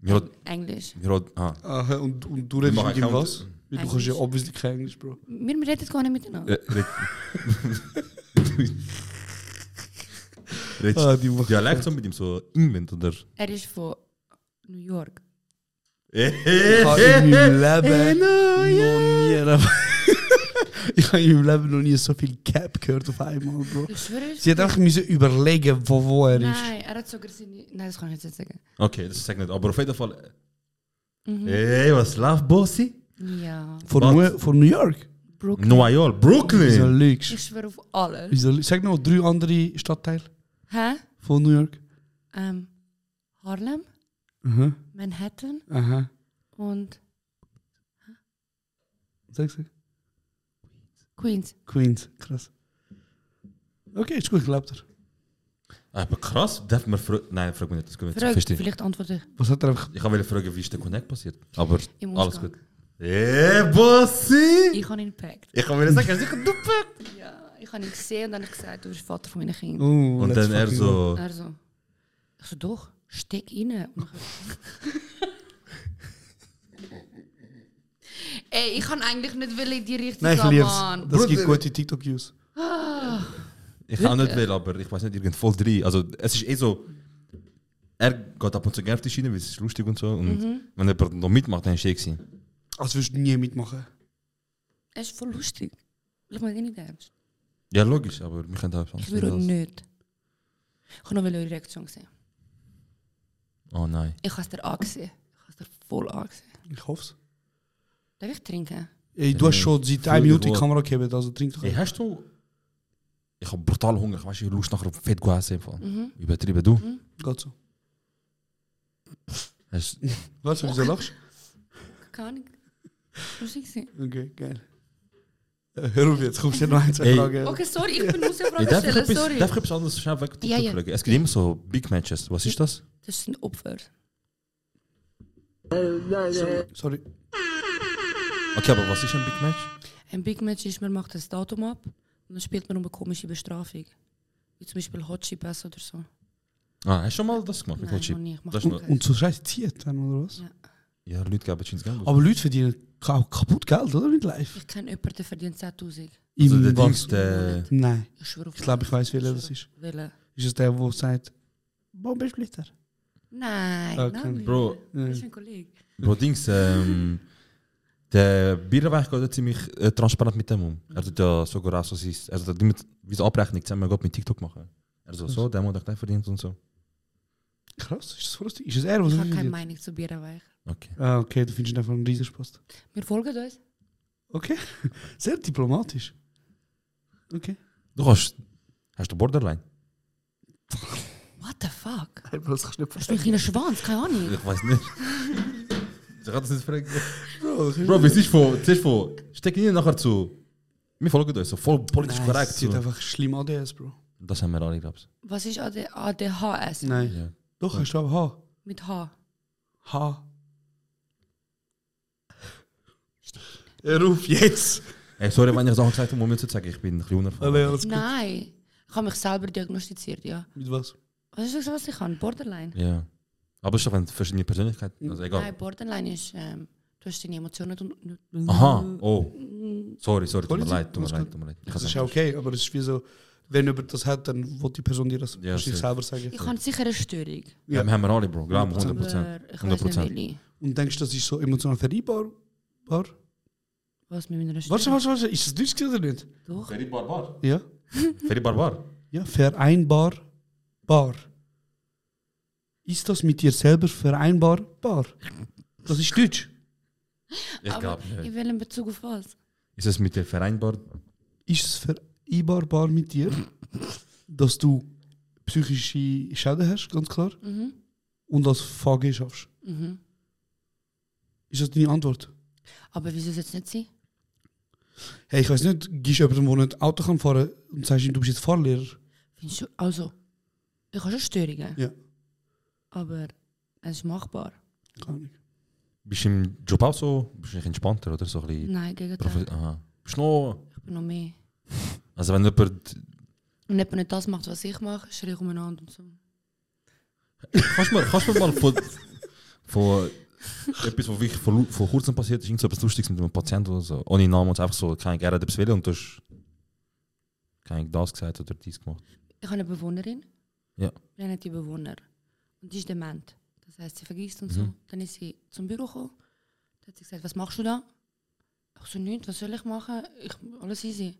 Mir hat. Englisch. Mir hat. Ah. Aha, und, und du Wir redest machen mit ihm keinen- was? Weil du kannst ja Englisch. obviously kein Englisch, Bro. Wir, wir reden gar nicht miteinander. Äh, red- Redest Ah, die du macht Dialekt so mit ihm, so England oder. Er ist von New York. E, Ich habe in meinem Leben noch nie... ich habe in meinem Leben noch nie so viel Cap gehört auf einmal, Bro. Ich schwöre es. Sie hat einfach müssen überlegen, wo, wo er ist. Nein, er hat sogar seine... Nein, das kann ich jetzt nicht sagen. Okay, das sag nicht. Aber auf jeden Fall. Mhm. Ey, was läuft, Bossi? Ja. Von, New, von New York? Brooklyn. New York, Wieso Brooklyn! lügst Ich schwöre auf alles. Wieso lü- Sag noch drei nou, andere Stadtteile Hä? von New York. Ähm, Harlem, Aha. Manhattan Aha. und Sag, sag. Queens. Queens. Krass. Okay, ist gut, glaubt er. Aber krass, darf man fragen. Nein, frag mich nicht, das können wir Frag, jetzt verstehen. vielleicht antworte ich. Was hat er einfach... Ich wollte fragen, wie ist der Connect passiert? Aber Im alles Ausgang. gut. Ey, Bossi! Ich habe ihn gepackt. Ich kann mir sagen, er ist sicher duppe! Ja, ich habe ihn gesehen und dann habe ich gesagt, du bist Vater von meinen Kindern. Oh, Und let's dann er fucking go. so. Er so, ich so, doch, steck rein. Und ich- Ey, ich kann eigentlich nicht will in die Richtung Nein, ich gehen, lieb's. Mann. Das gibt gute TikTok-Views. Ah. Ich kann nicht will, aber ich weiß nicht, irgend voll drei. Also es ist eh so. Er geht ab und zu gerne auf die Schiene, weil es ist lustig und so. Und wenn er noch mitmacht, dann ist es eh Als würdest du nie mitmachen. Es ist voll lustig. Ich meine nicht ernst. Ja, logisch, aber wir können da Ich würde nicht. Ich habe noch eure Reaktion sehen. Oh nein. Ich habe es dir angesehen. Ich habe es dir voll angesehen. Ich hoff's. Darf ich trinken? Ey, du hast Nee. schon seit Früher einer Minute die war- Kamera gegeben, also trink doch. Hey, hast du. Ich habe brutal Hunger. Ich weiß, ich habe Lust nachher auf Fett zu essen. im Fall. Mhm. Übertrieben, du. Geht so. Hast, Was, wieso lachst Keine Ahnung. Lustig sein. du? Okay, geil. Äh, Hör auf jetzt, kommst du noch ein, zwei Ey. Fragen. Okay, sorry, ich bin muss ja Ey, Fragen darf, ich stellen, etwas, sorry. darf ich etwas anderes schnell weg Ja, ja. schauen? Es gibt immer so Big Matches. Was ist das? Das sind Opfer. Sorry. Okay, aber was ist ein Big Match? Ein Big Match ist, man macht das Datum ab und dann spielt man um eine komische Bestrafung. Wie zum Beispiel Hot Chip Pass oder so. Ah, hast du schon mal das gemacht mit Nein, Hotchip? noch nie. Ich mach Das ist noch noch, keinen. Und so scheiße zieht dann, oder was? Ja. ja, Leute geben es gerne. Aber Leute verdienen ka- auch kaputt Geld, oder? Mit live. Ich kenne jemanden, der verdient 10.000. also Im was? der Dus Dings, eh, der. Nein. Ich schwöre auf Ich glaube, ich weiß, welcher schwöre das ist. auf- Welcher? Ist es der, der sagt, Bombensplitter? Nein, Okay. nein. Bro, Das ist mein Kollege. Bro Dings, ähm, der Bierweg geht ja ziemlich äh, transparent mit dem um. Er tut ja sogar auch so sein, also er tut mit, wie so Abrechnung zusammen geht mit TikTok machen. Also so, der hat echt verdient und so. Krass, ist das so lustig? Ist es er, der Ich so habe keine verdient? Meinung zu Bierenweich. Okay. Ah, okay, du findest ihn einfach einen riesen Spaß. Wir folgen uns. Okay, sehr diplomatisch. Okay. Du hast, hast du Borderline? What the fuck? Hey, Bro, das kannst du nicht Hast du einen kleinen Schwanz? Keine Ahnung. Ich weiß nicht. ich kann das nicht fragen. verstehen. Bro, es ist von, es ist von, steck ihn nachher zu. Wir folgen euch so voll politisch Nein, korrekt. es sieht so. einfach schlimm ADS, Bro. Das haben wir alle, glaube ich. Was ist AD ADHS? Nein. Ja. Doch, hast du aber Mit H. H. H. Er ruft jetzt. Ey, sorry, wenn ich Sachen gesagt habe, um mir zu zeigen, ich bin ein bisschen unerfahren. Alle, alles gut. Nein. Ich habe mich selber diagnostiziert, ja. Mit was? Was ist das, was ich habe? Borderline? Ja. Ah, Aber es ist doch eine verschiedene Persönlichkeit. Also egal. Nein, Borderline ist, ähm, du hast deine Emotionen und... Aha, oh. Sorry, sorry, tut mir Politik? leid, tut mir Alles leid, gut. tut mir leid. Ich Das hab's ist ja okay, aber es ist wie so, wenn jemand das hat, dann will die Person dir das Ja, ja, sich safe. selber sagen. Ich habe sicher eine Störung. Ja, wir haben wir alle, Bro. Glaub mir, 100 Aber Prozent. ich weiß nicht, welche. Und denkst du, das ist so emotional vereinbarbar? Was mit meiner Stimme? Warte, warte, warte, ist das Deutsch gewesen oder nicht? Doch. Ferry Barbar. Ja. Ferry Barbar. Ja, vereinbar, bar. Ist das mit dir selber vereinbar, bar? Das ist Deutsch. Ich Aber glaube nicht. in welchem Bezug auf was? Ist es mit dir vereinbar? Ist es vereinbarbar mit dir, dass du psychische Schäden hast, ganz klar, Mhm. und als VG schaffst? Mhm. Ist das deine Antwort? Aber wieso soll es jetzt nicht sein? Hey, ich weiß nicht, gehst du jemandem, der nicht Auto kann fahren und sagst ihm, du bist jetzt Fahrlehrer? Findest du, also, ich habe schon Störungen, Ja, aber es ist machbar. keine Ahnung. Bist du im Job auch so? Bist du nicht entspannter oder so ein bisschen? Nein, gegen Profi- das. Aha. Bist du noch. Ich bin noch mehr. Also, wenn jemand. Und jemand nicht das macht, was ich mache, schreie ich umeinander und so. Kannst du mir, kannst du mir mal von. von etwas, was wirklich vor, vor kurzem passiert ist, irgendwas Lustiges mit einem Patienten oder so. Ohne Namen und einfach so, kein Gerrit etwas will und du hast. kein das gesagt oder dies gemacht. Ich habe eine Bewohnerin. Ja. Wir nennen die Bewohner. Und die ist dement. Das heißt, sie vergisst und Mhm. so. Dann ist sie zum Büro gekommen. Dann hat sie gesagt, was machst du da? Ich so, nichts, was soll ich machen? Ich, alles easy.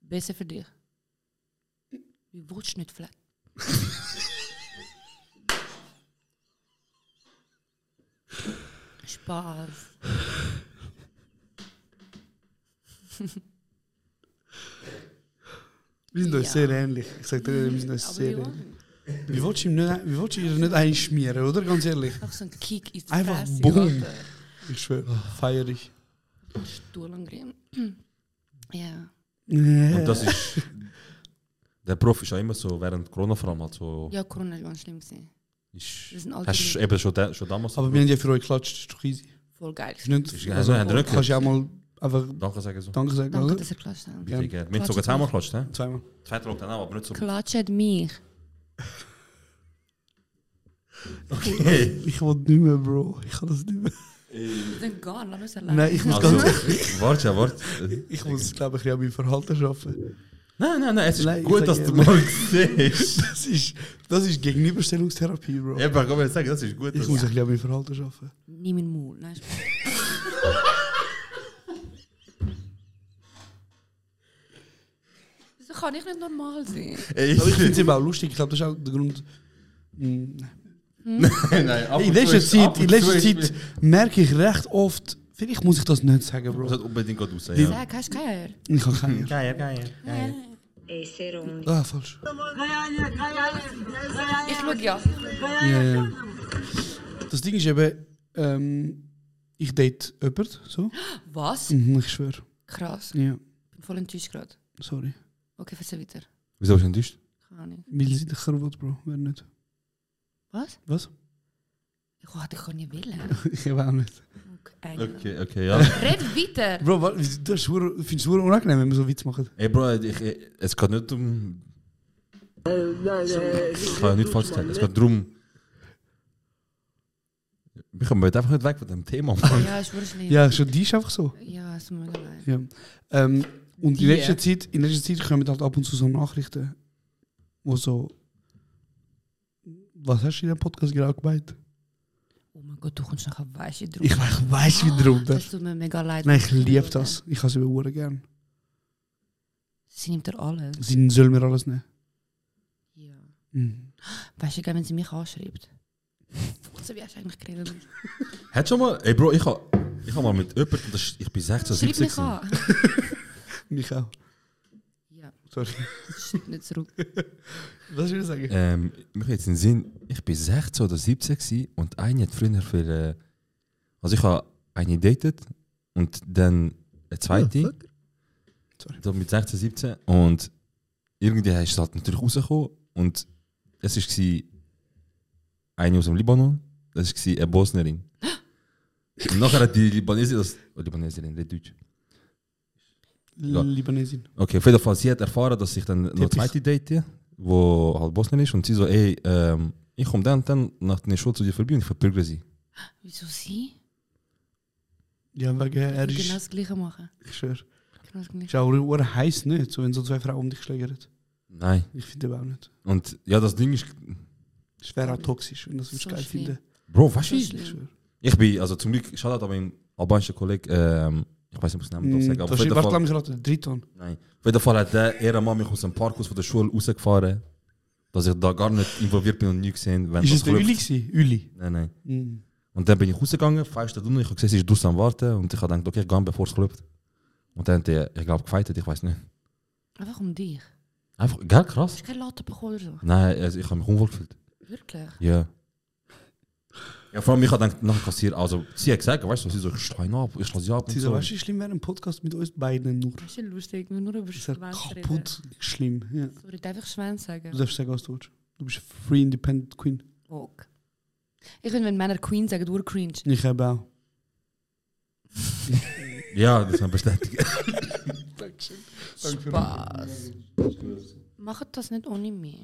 Besser für dich. Wie willst du nicht flat? Spaß. Wir sind Ja. uns sehr ähnlich. Ich sag dir, wir sind uns Aber sehr die ähnlich. wollen. Wie willst du ihm nicht, wie willst du ihr nicht einschmieren, oder? Ganz ehrlich. Einfach so ein Kick ins Einfach Fresse, boom. Alter. Ich schwöre, Ah. feier dich. Stuhl angreifen. ja. Und das ist. Der Prof ist auch immer so, während Corona vor allem halt so. Ja, Corona war ganz schlimm. Gewesen. Ist, Wir sind alte hast du Leute. eben schon, da, schon damals. Aber wir haben ja für euch geklatscht, ist doch easy. Voll geil. Ist nicht, Ist ja- also, also, haben wir nicht kannst ja auch mal einfach Danke sagen so. Danke sagen, Danke, oder? dass ihr klatscht habt. Bitte, Gerrit. Wir haben sogar zweimal geklatscht, hä? Zweimal. Zweiter Lockdown auch, aber nicht so. Klatscht mich. Okay. Ich will nicht mehr, Bro. Ich kann das nicht mehr. Dann geh, lass uns allein. Nein, ich muss Also, ganz warte, ja, warte. Ich muss, glaube ich, ein bisschen an meinem Verhalten arbeiten. Nein, nein, nein, es ist Nein, ich gut, sag dass du ehrlich. mal siehst. Das ist, das ist Gegenüberstellungstherapie, Bro. Eben, komm, jetzt sagen, das ist gut. Ich Dass muss ein bisschen an meinem Verhalten arbeiten. Nimm in den Mund. Nein, Spaß. Wieso kann ich nicht normal sein? Ey, Aber ich finde es ich, eben auch lustig. dus Ich glaube, das ist auch der Grund. Mm, nein, nein, ab In und letzter zu ist- Zeit, ab und in letzter zu ist- Zeit merke ich recht oft, vielleicht muss ich das nicht sagen, Das Bro. hat unbedingt gut aussehen. Ja. Sag, hast du keine Ich kann keinen. Ey, sehr un- Ah, falsch. Ich schau ja. Ja, ja. Das Ding ist eben, ähm, ich date jemanden, so. Was? Mhm, ich schwöre. Krass. Ich Ja, bin voll enttäuscht gerade. sorry. Okay, erzähl weiter. Wieso bist du enttäuscht? Keine Ahnung. Weil sie dich will, Bro. Wer nicht? Was? Was? Ich hätte dich nie wollen. Ich eben auch nicht. Okay. Okay, okay, ja. Red weiter. Bro, wa- das ist schwur- ich finde es schwur unangenehm, wenn wir so Witz machen. Ey, Bro, ich, ich- es geht nicht um. Ich kann ja nicht falsch sagen. Es geht darum. Wir kommen heute einfach nicht weg von dem Thema. Mann. Ja, ich wurde schlimm. Ja, schon die ist einfach so. Ja, es tut mir leid. Ja. Ähm, und Die. in letzter, Zeit, in letzter Zeit kommen halt ab und zu so Nachrichten, wo so. Was hast du in dem Podcast genau gemeint? Oh mein Gott, du kommst nachher weich in Ich weiß, weiß wie drum Das das. tut mir mega leid. Nein, ich liebe das. Ich habe es über Uhren gern. Sie nimmt dir alles. Sie sollen mir alles nehmen. Ja. Mhm. Weißt du, gell, wenn sie mich anschreibt? So wie hast du eigentlich geredet? Hat schon mal. Ey, Bro, ich habe ich hab mal mit jemandem. das ist- Ich bin 16, Schreib 17. mich gewesen. an. Mich auch. Ja, Sorry. schreib nicht zurück. Was will ich sagen? Ähm, mir kommt jetzt in den Sinn, ich war 16 oder 17 gewesen und eine hat früher für. Äh, also, ich habe eine gedatet und dann eine zweite. Sorry. so mit 16, 17. Und irgendwie ist es halt natürlich rausgekommen und es war eine aus dem Libanon, das war eine Bosnierin. und nachher hat die Libanesin, das. Oh, Libanesin, nicht Deutsch. Ja. Libanesin. Okay, auf jeden Fall, sie hat erfahren, dass ich dann noch eine Typisch. zweite date, wo halt Bosnien ist, und sie so, ey, ähm, ich komme dann, und dann nach der Schule zu dir vorbei und ich verprügle sie. Wieso sie? Ja, dus- wegen er Die genau ist. das Gleiche machen. Ich schwöre. Genau das Ist Gleiche. auch Uhren heiß nicht, so wenn so zwei Frauen um dich schlägern. Nein. Ich finde das auch nicht. Und ja, das Ding ist, Es wäre auch toxisch, wenn das würdest So du geil schlimm. finden. Bro, weißt du, So wie- schlimm. schwör. ich bin, also zum Glück, Shoutout an meinen albanischen Kollegen, ähm, Ich weiß nicht, ob ich es nennen darf. Mm, Sagen. Aber auf jeden wahrscheinlich- Warte, lass Fall, mich raten, Driton. nein. Auf jeden Fall hat der Ehrenmann mich aus dem Parkhaus von der Schule rausgefahren, dass ich da gar nicht involviert bin und nie gesehen wenn Ist das es der ruft. Uli gewesen? Uli? Nein, nein. Mm. Und dann bin ich rausgegangen, fünf Stunden, ich habe gesehen, sie ist draußen am Warten und ich habe gedacht, okay, ich gehe, bevor es klopft. Und dann hat er, ich glaube, gefeitet, ich weiß nicht. Einfach um dich. Einfach, gell, Hast krass. du keine Latte bekommen oder so? Nein, also ich habe mich unwohl gefühlt. Wirklich? Ja. Ja, vor allem, ich habe gedacht, nach dem Kassier, also sie hat gesagt, weißt du, sie so, ich stehe ab, ich lasse sie ab. Und Tisa, so. weißt du, wie schlimm wäre ein Podcast mit uns beiden nur? Das ist ja lustig, wir nur über Ist ja Schwänze reden. kaputt schlimm. Ja. Sorry, darf ich Schwänze sagen? Du darfst sagen, was du willst. Du bist Free Independent Queen. Fuck. Ich finde, wenn Männer Queen sagen, du cringe. Ich habe auch. Ja, das haben bestätigt. Spaß. Macht das nicht ohne mich.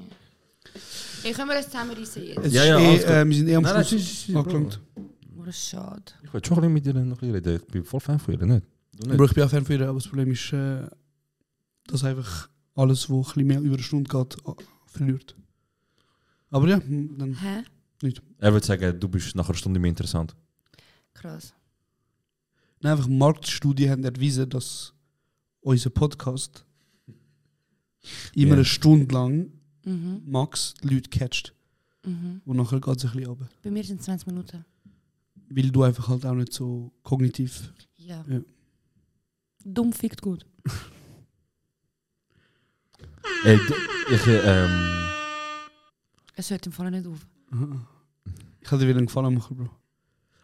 Ich können wir das zusammenreissen jetzt. Es Ja, ist ja, alles eh, gut. äh, wir sind eh am Nein, nein, Schluss es ist- es ist- angelangt. Oh, das ist schade. Ich wollte schon ein bisschen mit dir noch ein bisschen reden, ich bin voll Fan von ihr, nicht? Du nicht? Bro, ich bin auch Fan von ihr, aber das Problem ist, äh, dass einfach alles, was ein bisschen mehr über eine Stunde geht, a- verliert. Aber ja, m- dann Hä? nicht. Er würde sagen, du bist nach einer Stunde mehr interessant. Krass. Nein, einfach Marktstudien haben erwiesen, dass unser Podcast immer Ja. eine Stunde lang Mhm. max die Leute catcht. Mhm. Und nachher geht es ein bisschen runter. Bei mir sind es 20 Minuten. Weil du einfach halt auch nicht so kognitiv. Ja. Ja. Dumm fickt gut. Ey, d- ich, äh, ähm, Es hört im Fall nicht auf. Mhm. Ich hatte dir wieder einen Gefallen machen, Bro.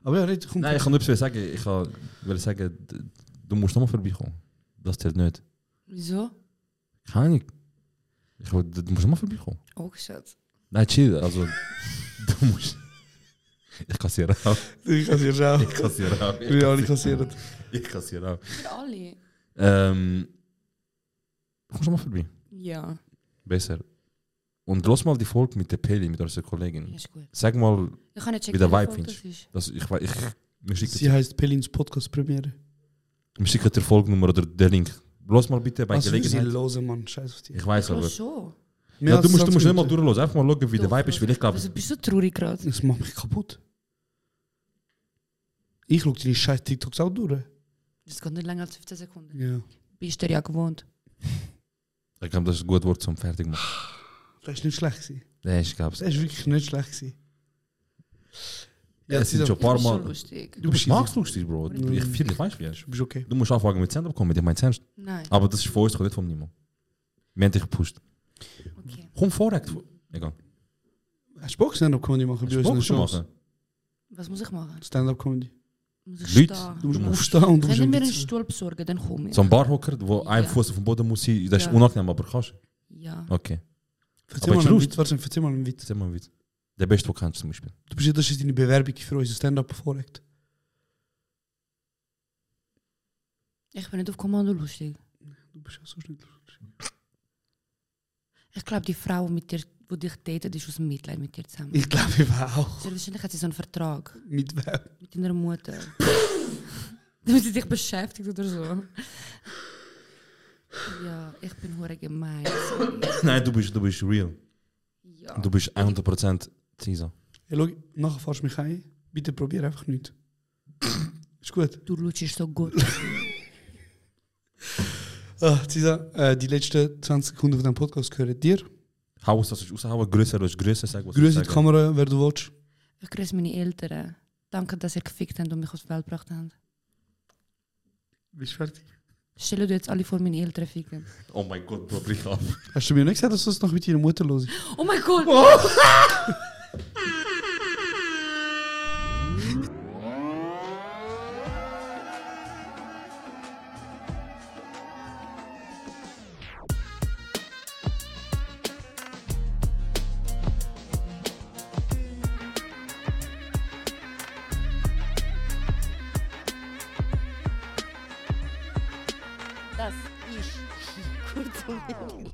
Aber ja, red, komm. nein, ich kann nichts sagen, ich kann- will sagen, d- du musst nochmal vorbeikommen. Das zählt nicht. Wieso? Keine Ahnung. Ich will, du musst nochmal vorbeikommen. Oh, Schatz. Nein, chill, also, du musst. Ich kassiere auch. ich kassiere auch. Ich kassiere auch. Ich bin alle kassiert. Ich kassiere auch. Für alle? Ähm, komm schon mal vorbei. Ja. Besser. Und los mal die Folge mit der Peli, mit unserer Kollegin. Ja, ist gut. Sag mal, Ich kann nicht checken, Wie der welche Vibe Folge findest. das ist. dass ich, wei- ich, mir schickt Sie heißt Pelins Podcast Premiere. mir schickt der Folgnummer oder der Link. Los mal bitte bei Was für Also, sie Gelegenheit. losen, Mann. Scheiß auf dich. Ich weiß Ich aber. glaube schon. Mehr Ja, als du musst, du 20 musst nicht mal Minuten. durchlosen, einfach mal schauen, wie der Doch, Vibe ist, weil ich glaube, Also bist du traurig gerade? Das macht mich kaputt. Ich schaue deine scheiß TikToks auch durch. Das geht nicht länger als 15 Sekunden. Ja. Bist du ja gewohnt. ich glaub, das ist ein gutes Wort zum Fertigmachen. Das war nicht schlecht. Gewesen. Nein, ich glaube Das war wirklich nicht schlecht. Gewesen. es. sind schon ein paar Das ist schon Mal. lustig. Du bist easy. magst lustig, Bro. Ich finde, ich weiß, wie Du bist okay. Du musst anfangen mit Stand-Up Comedy, ich meine ernst. Nein, Aber das ist von uns, kommt nicht von niemand. Wir haben dich gepusht. okay. Komm vorher. Egal. Hast du Bock, Stand-Up-Comedy machen Hast bei uns du in Bock den zu Shows? machen? Was muss ich machen? Stand-up-Comedy. Muss ich Leute, stehen? Du musst du musst aufstehen und du musst Können wir einen Witz- Stuhl besorgen, dann komme ich. So ein Barhocker, wo ein Ja. Fuß auf dem Boden muss sein, das ist Ja. unangenehm, aber kannst. Ja. Okay, Erzähl Aber mal hast du einen Lust? Witz. Warte, erzähl mal einen Witz. erzähl mal einen Witz. Der beste, den du kennst zum Beispiel. Du bist, das ist deine Bewerbung für unseren Stand-up-Vorrecht. Ich bin nicht auf Kommando lustig. Du bist ja so schnell. Ich glaube, die Frau, mit dir, die dus dich datet, ist aus dem Mitleid mit dir zusammen. Ich glaube, ich war auch. Sehr wahrscheinlich hat sie so einen Vertrag Mit wem? mit deiner Mutter. Damit sie dich beschäftigt oder so. Ja, ich bin hure gemein. sorry. Nein, du bist, du bist real. Ja. Du bist 100% Caesar. Hey, schau, nachher fährst du mich ein. Bitte probier einfach nicht. ist gut. Du lutschst so gut. Ah, Cisa, äh, die letzten 20 Sekunden von diesem Podcast gehören dir. Hau es, dass ich raushaue, größer, dass ich größer sag, was Grüße in ich die sage. Kamera, wer du willst. Ich grüße meine Eltern. Danke, dass ihr gefickt habt und mich aus der Welt gebracht habt. Bist fertig? Stell dir jetzt alle vor, meine Eltern ficken. Oh mein Gott, Bro, brich ab. Hast du mir nicht gesagt, dass du es noch mit deiner Mutter los ist? Oh mein Gott! Das ist kurz und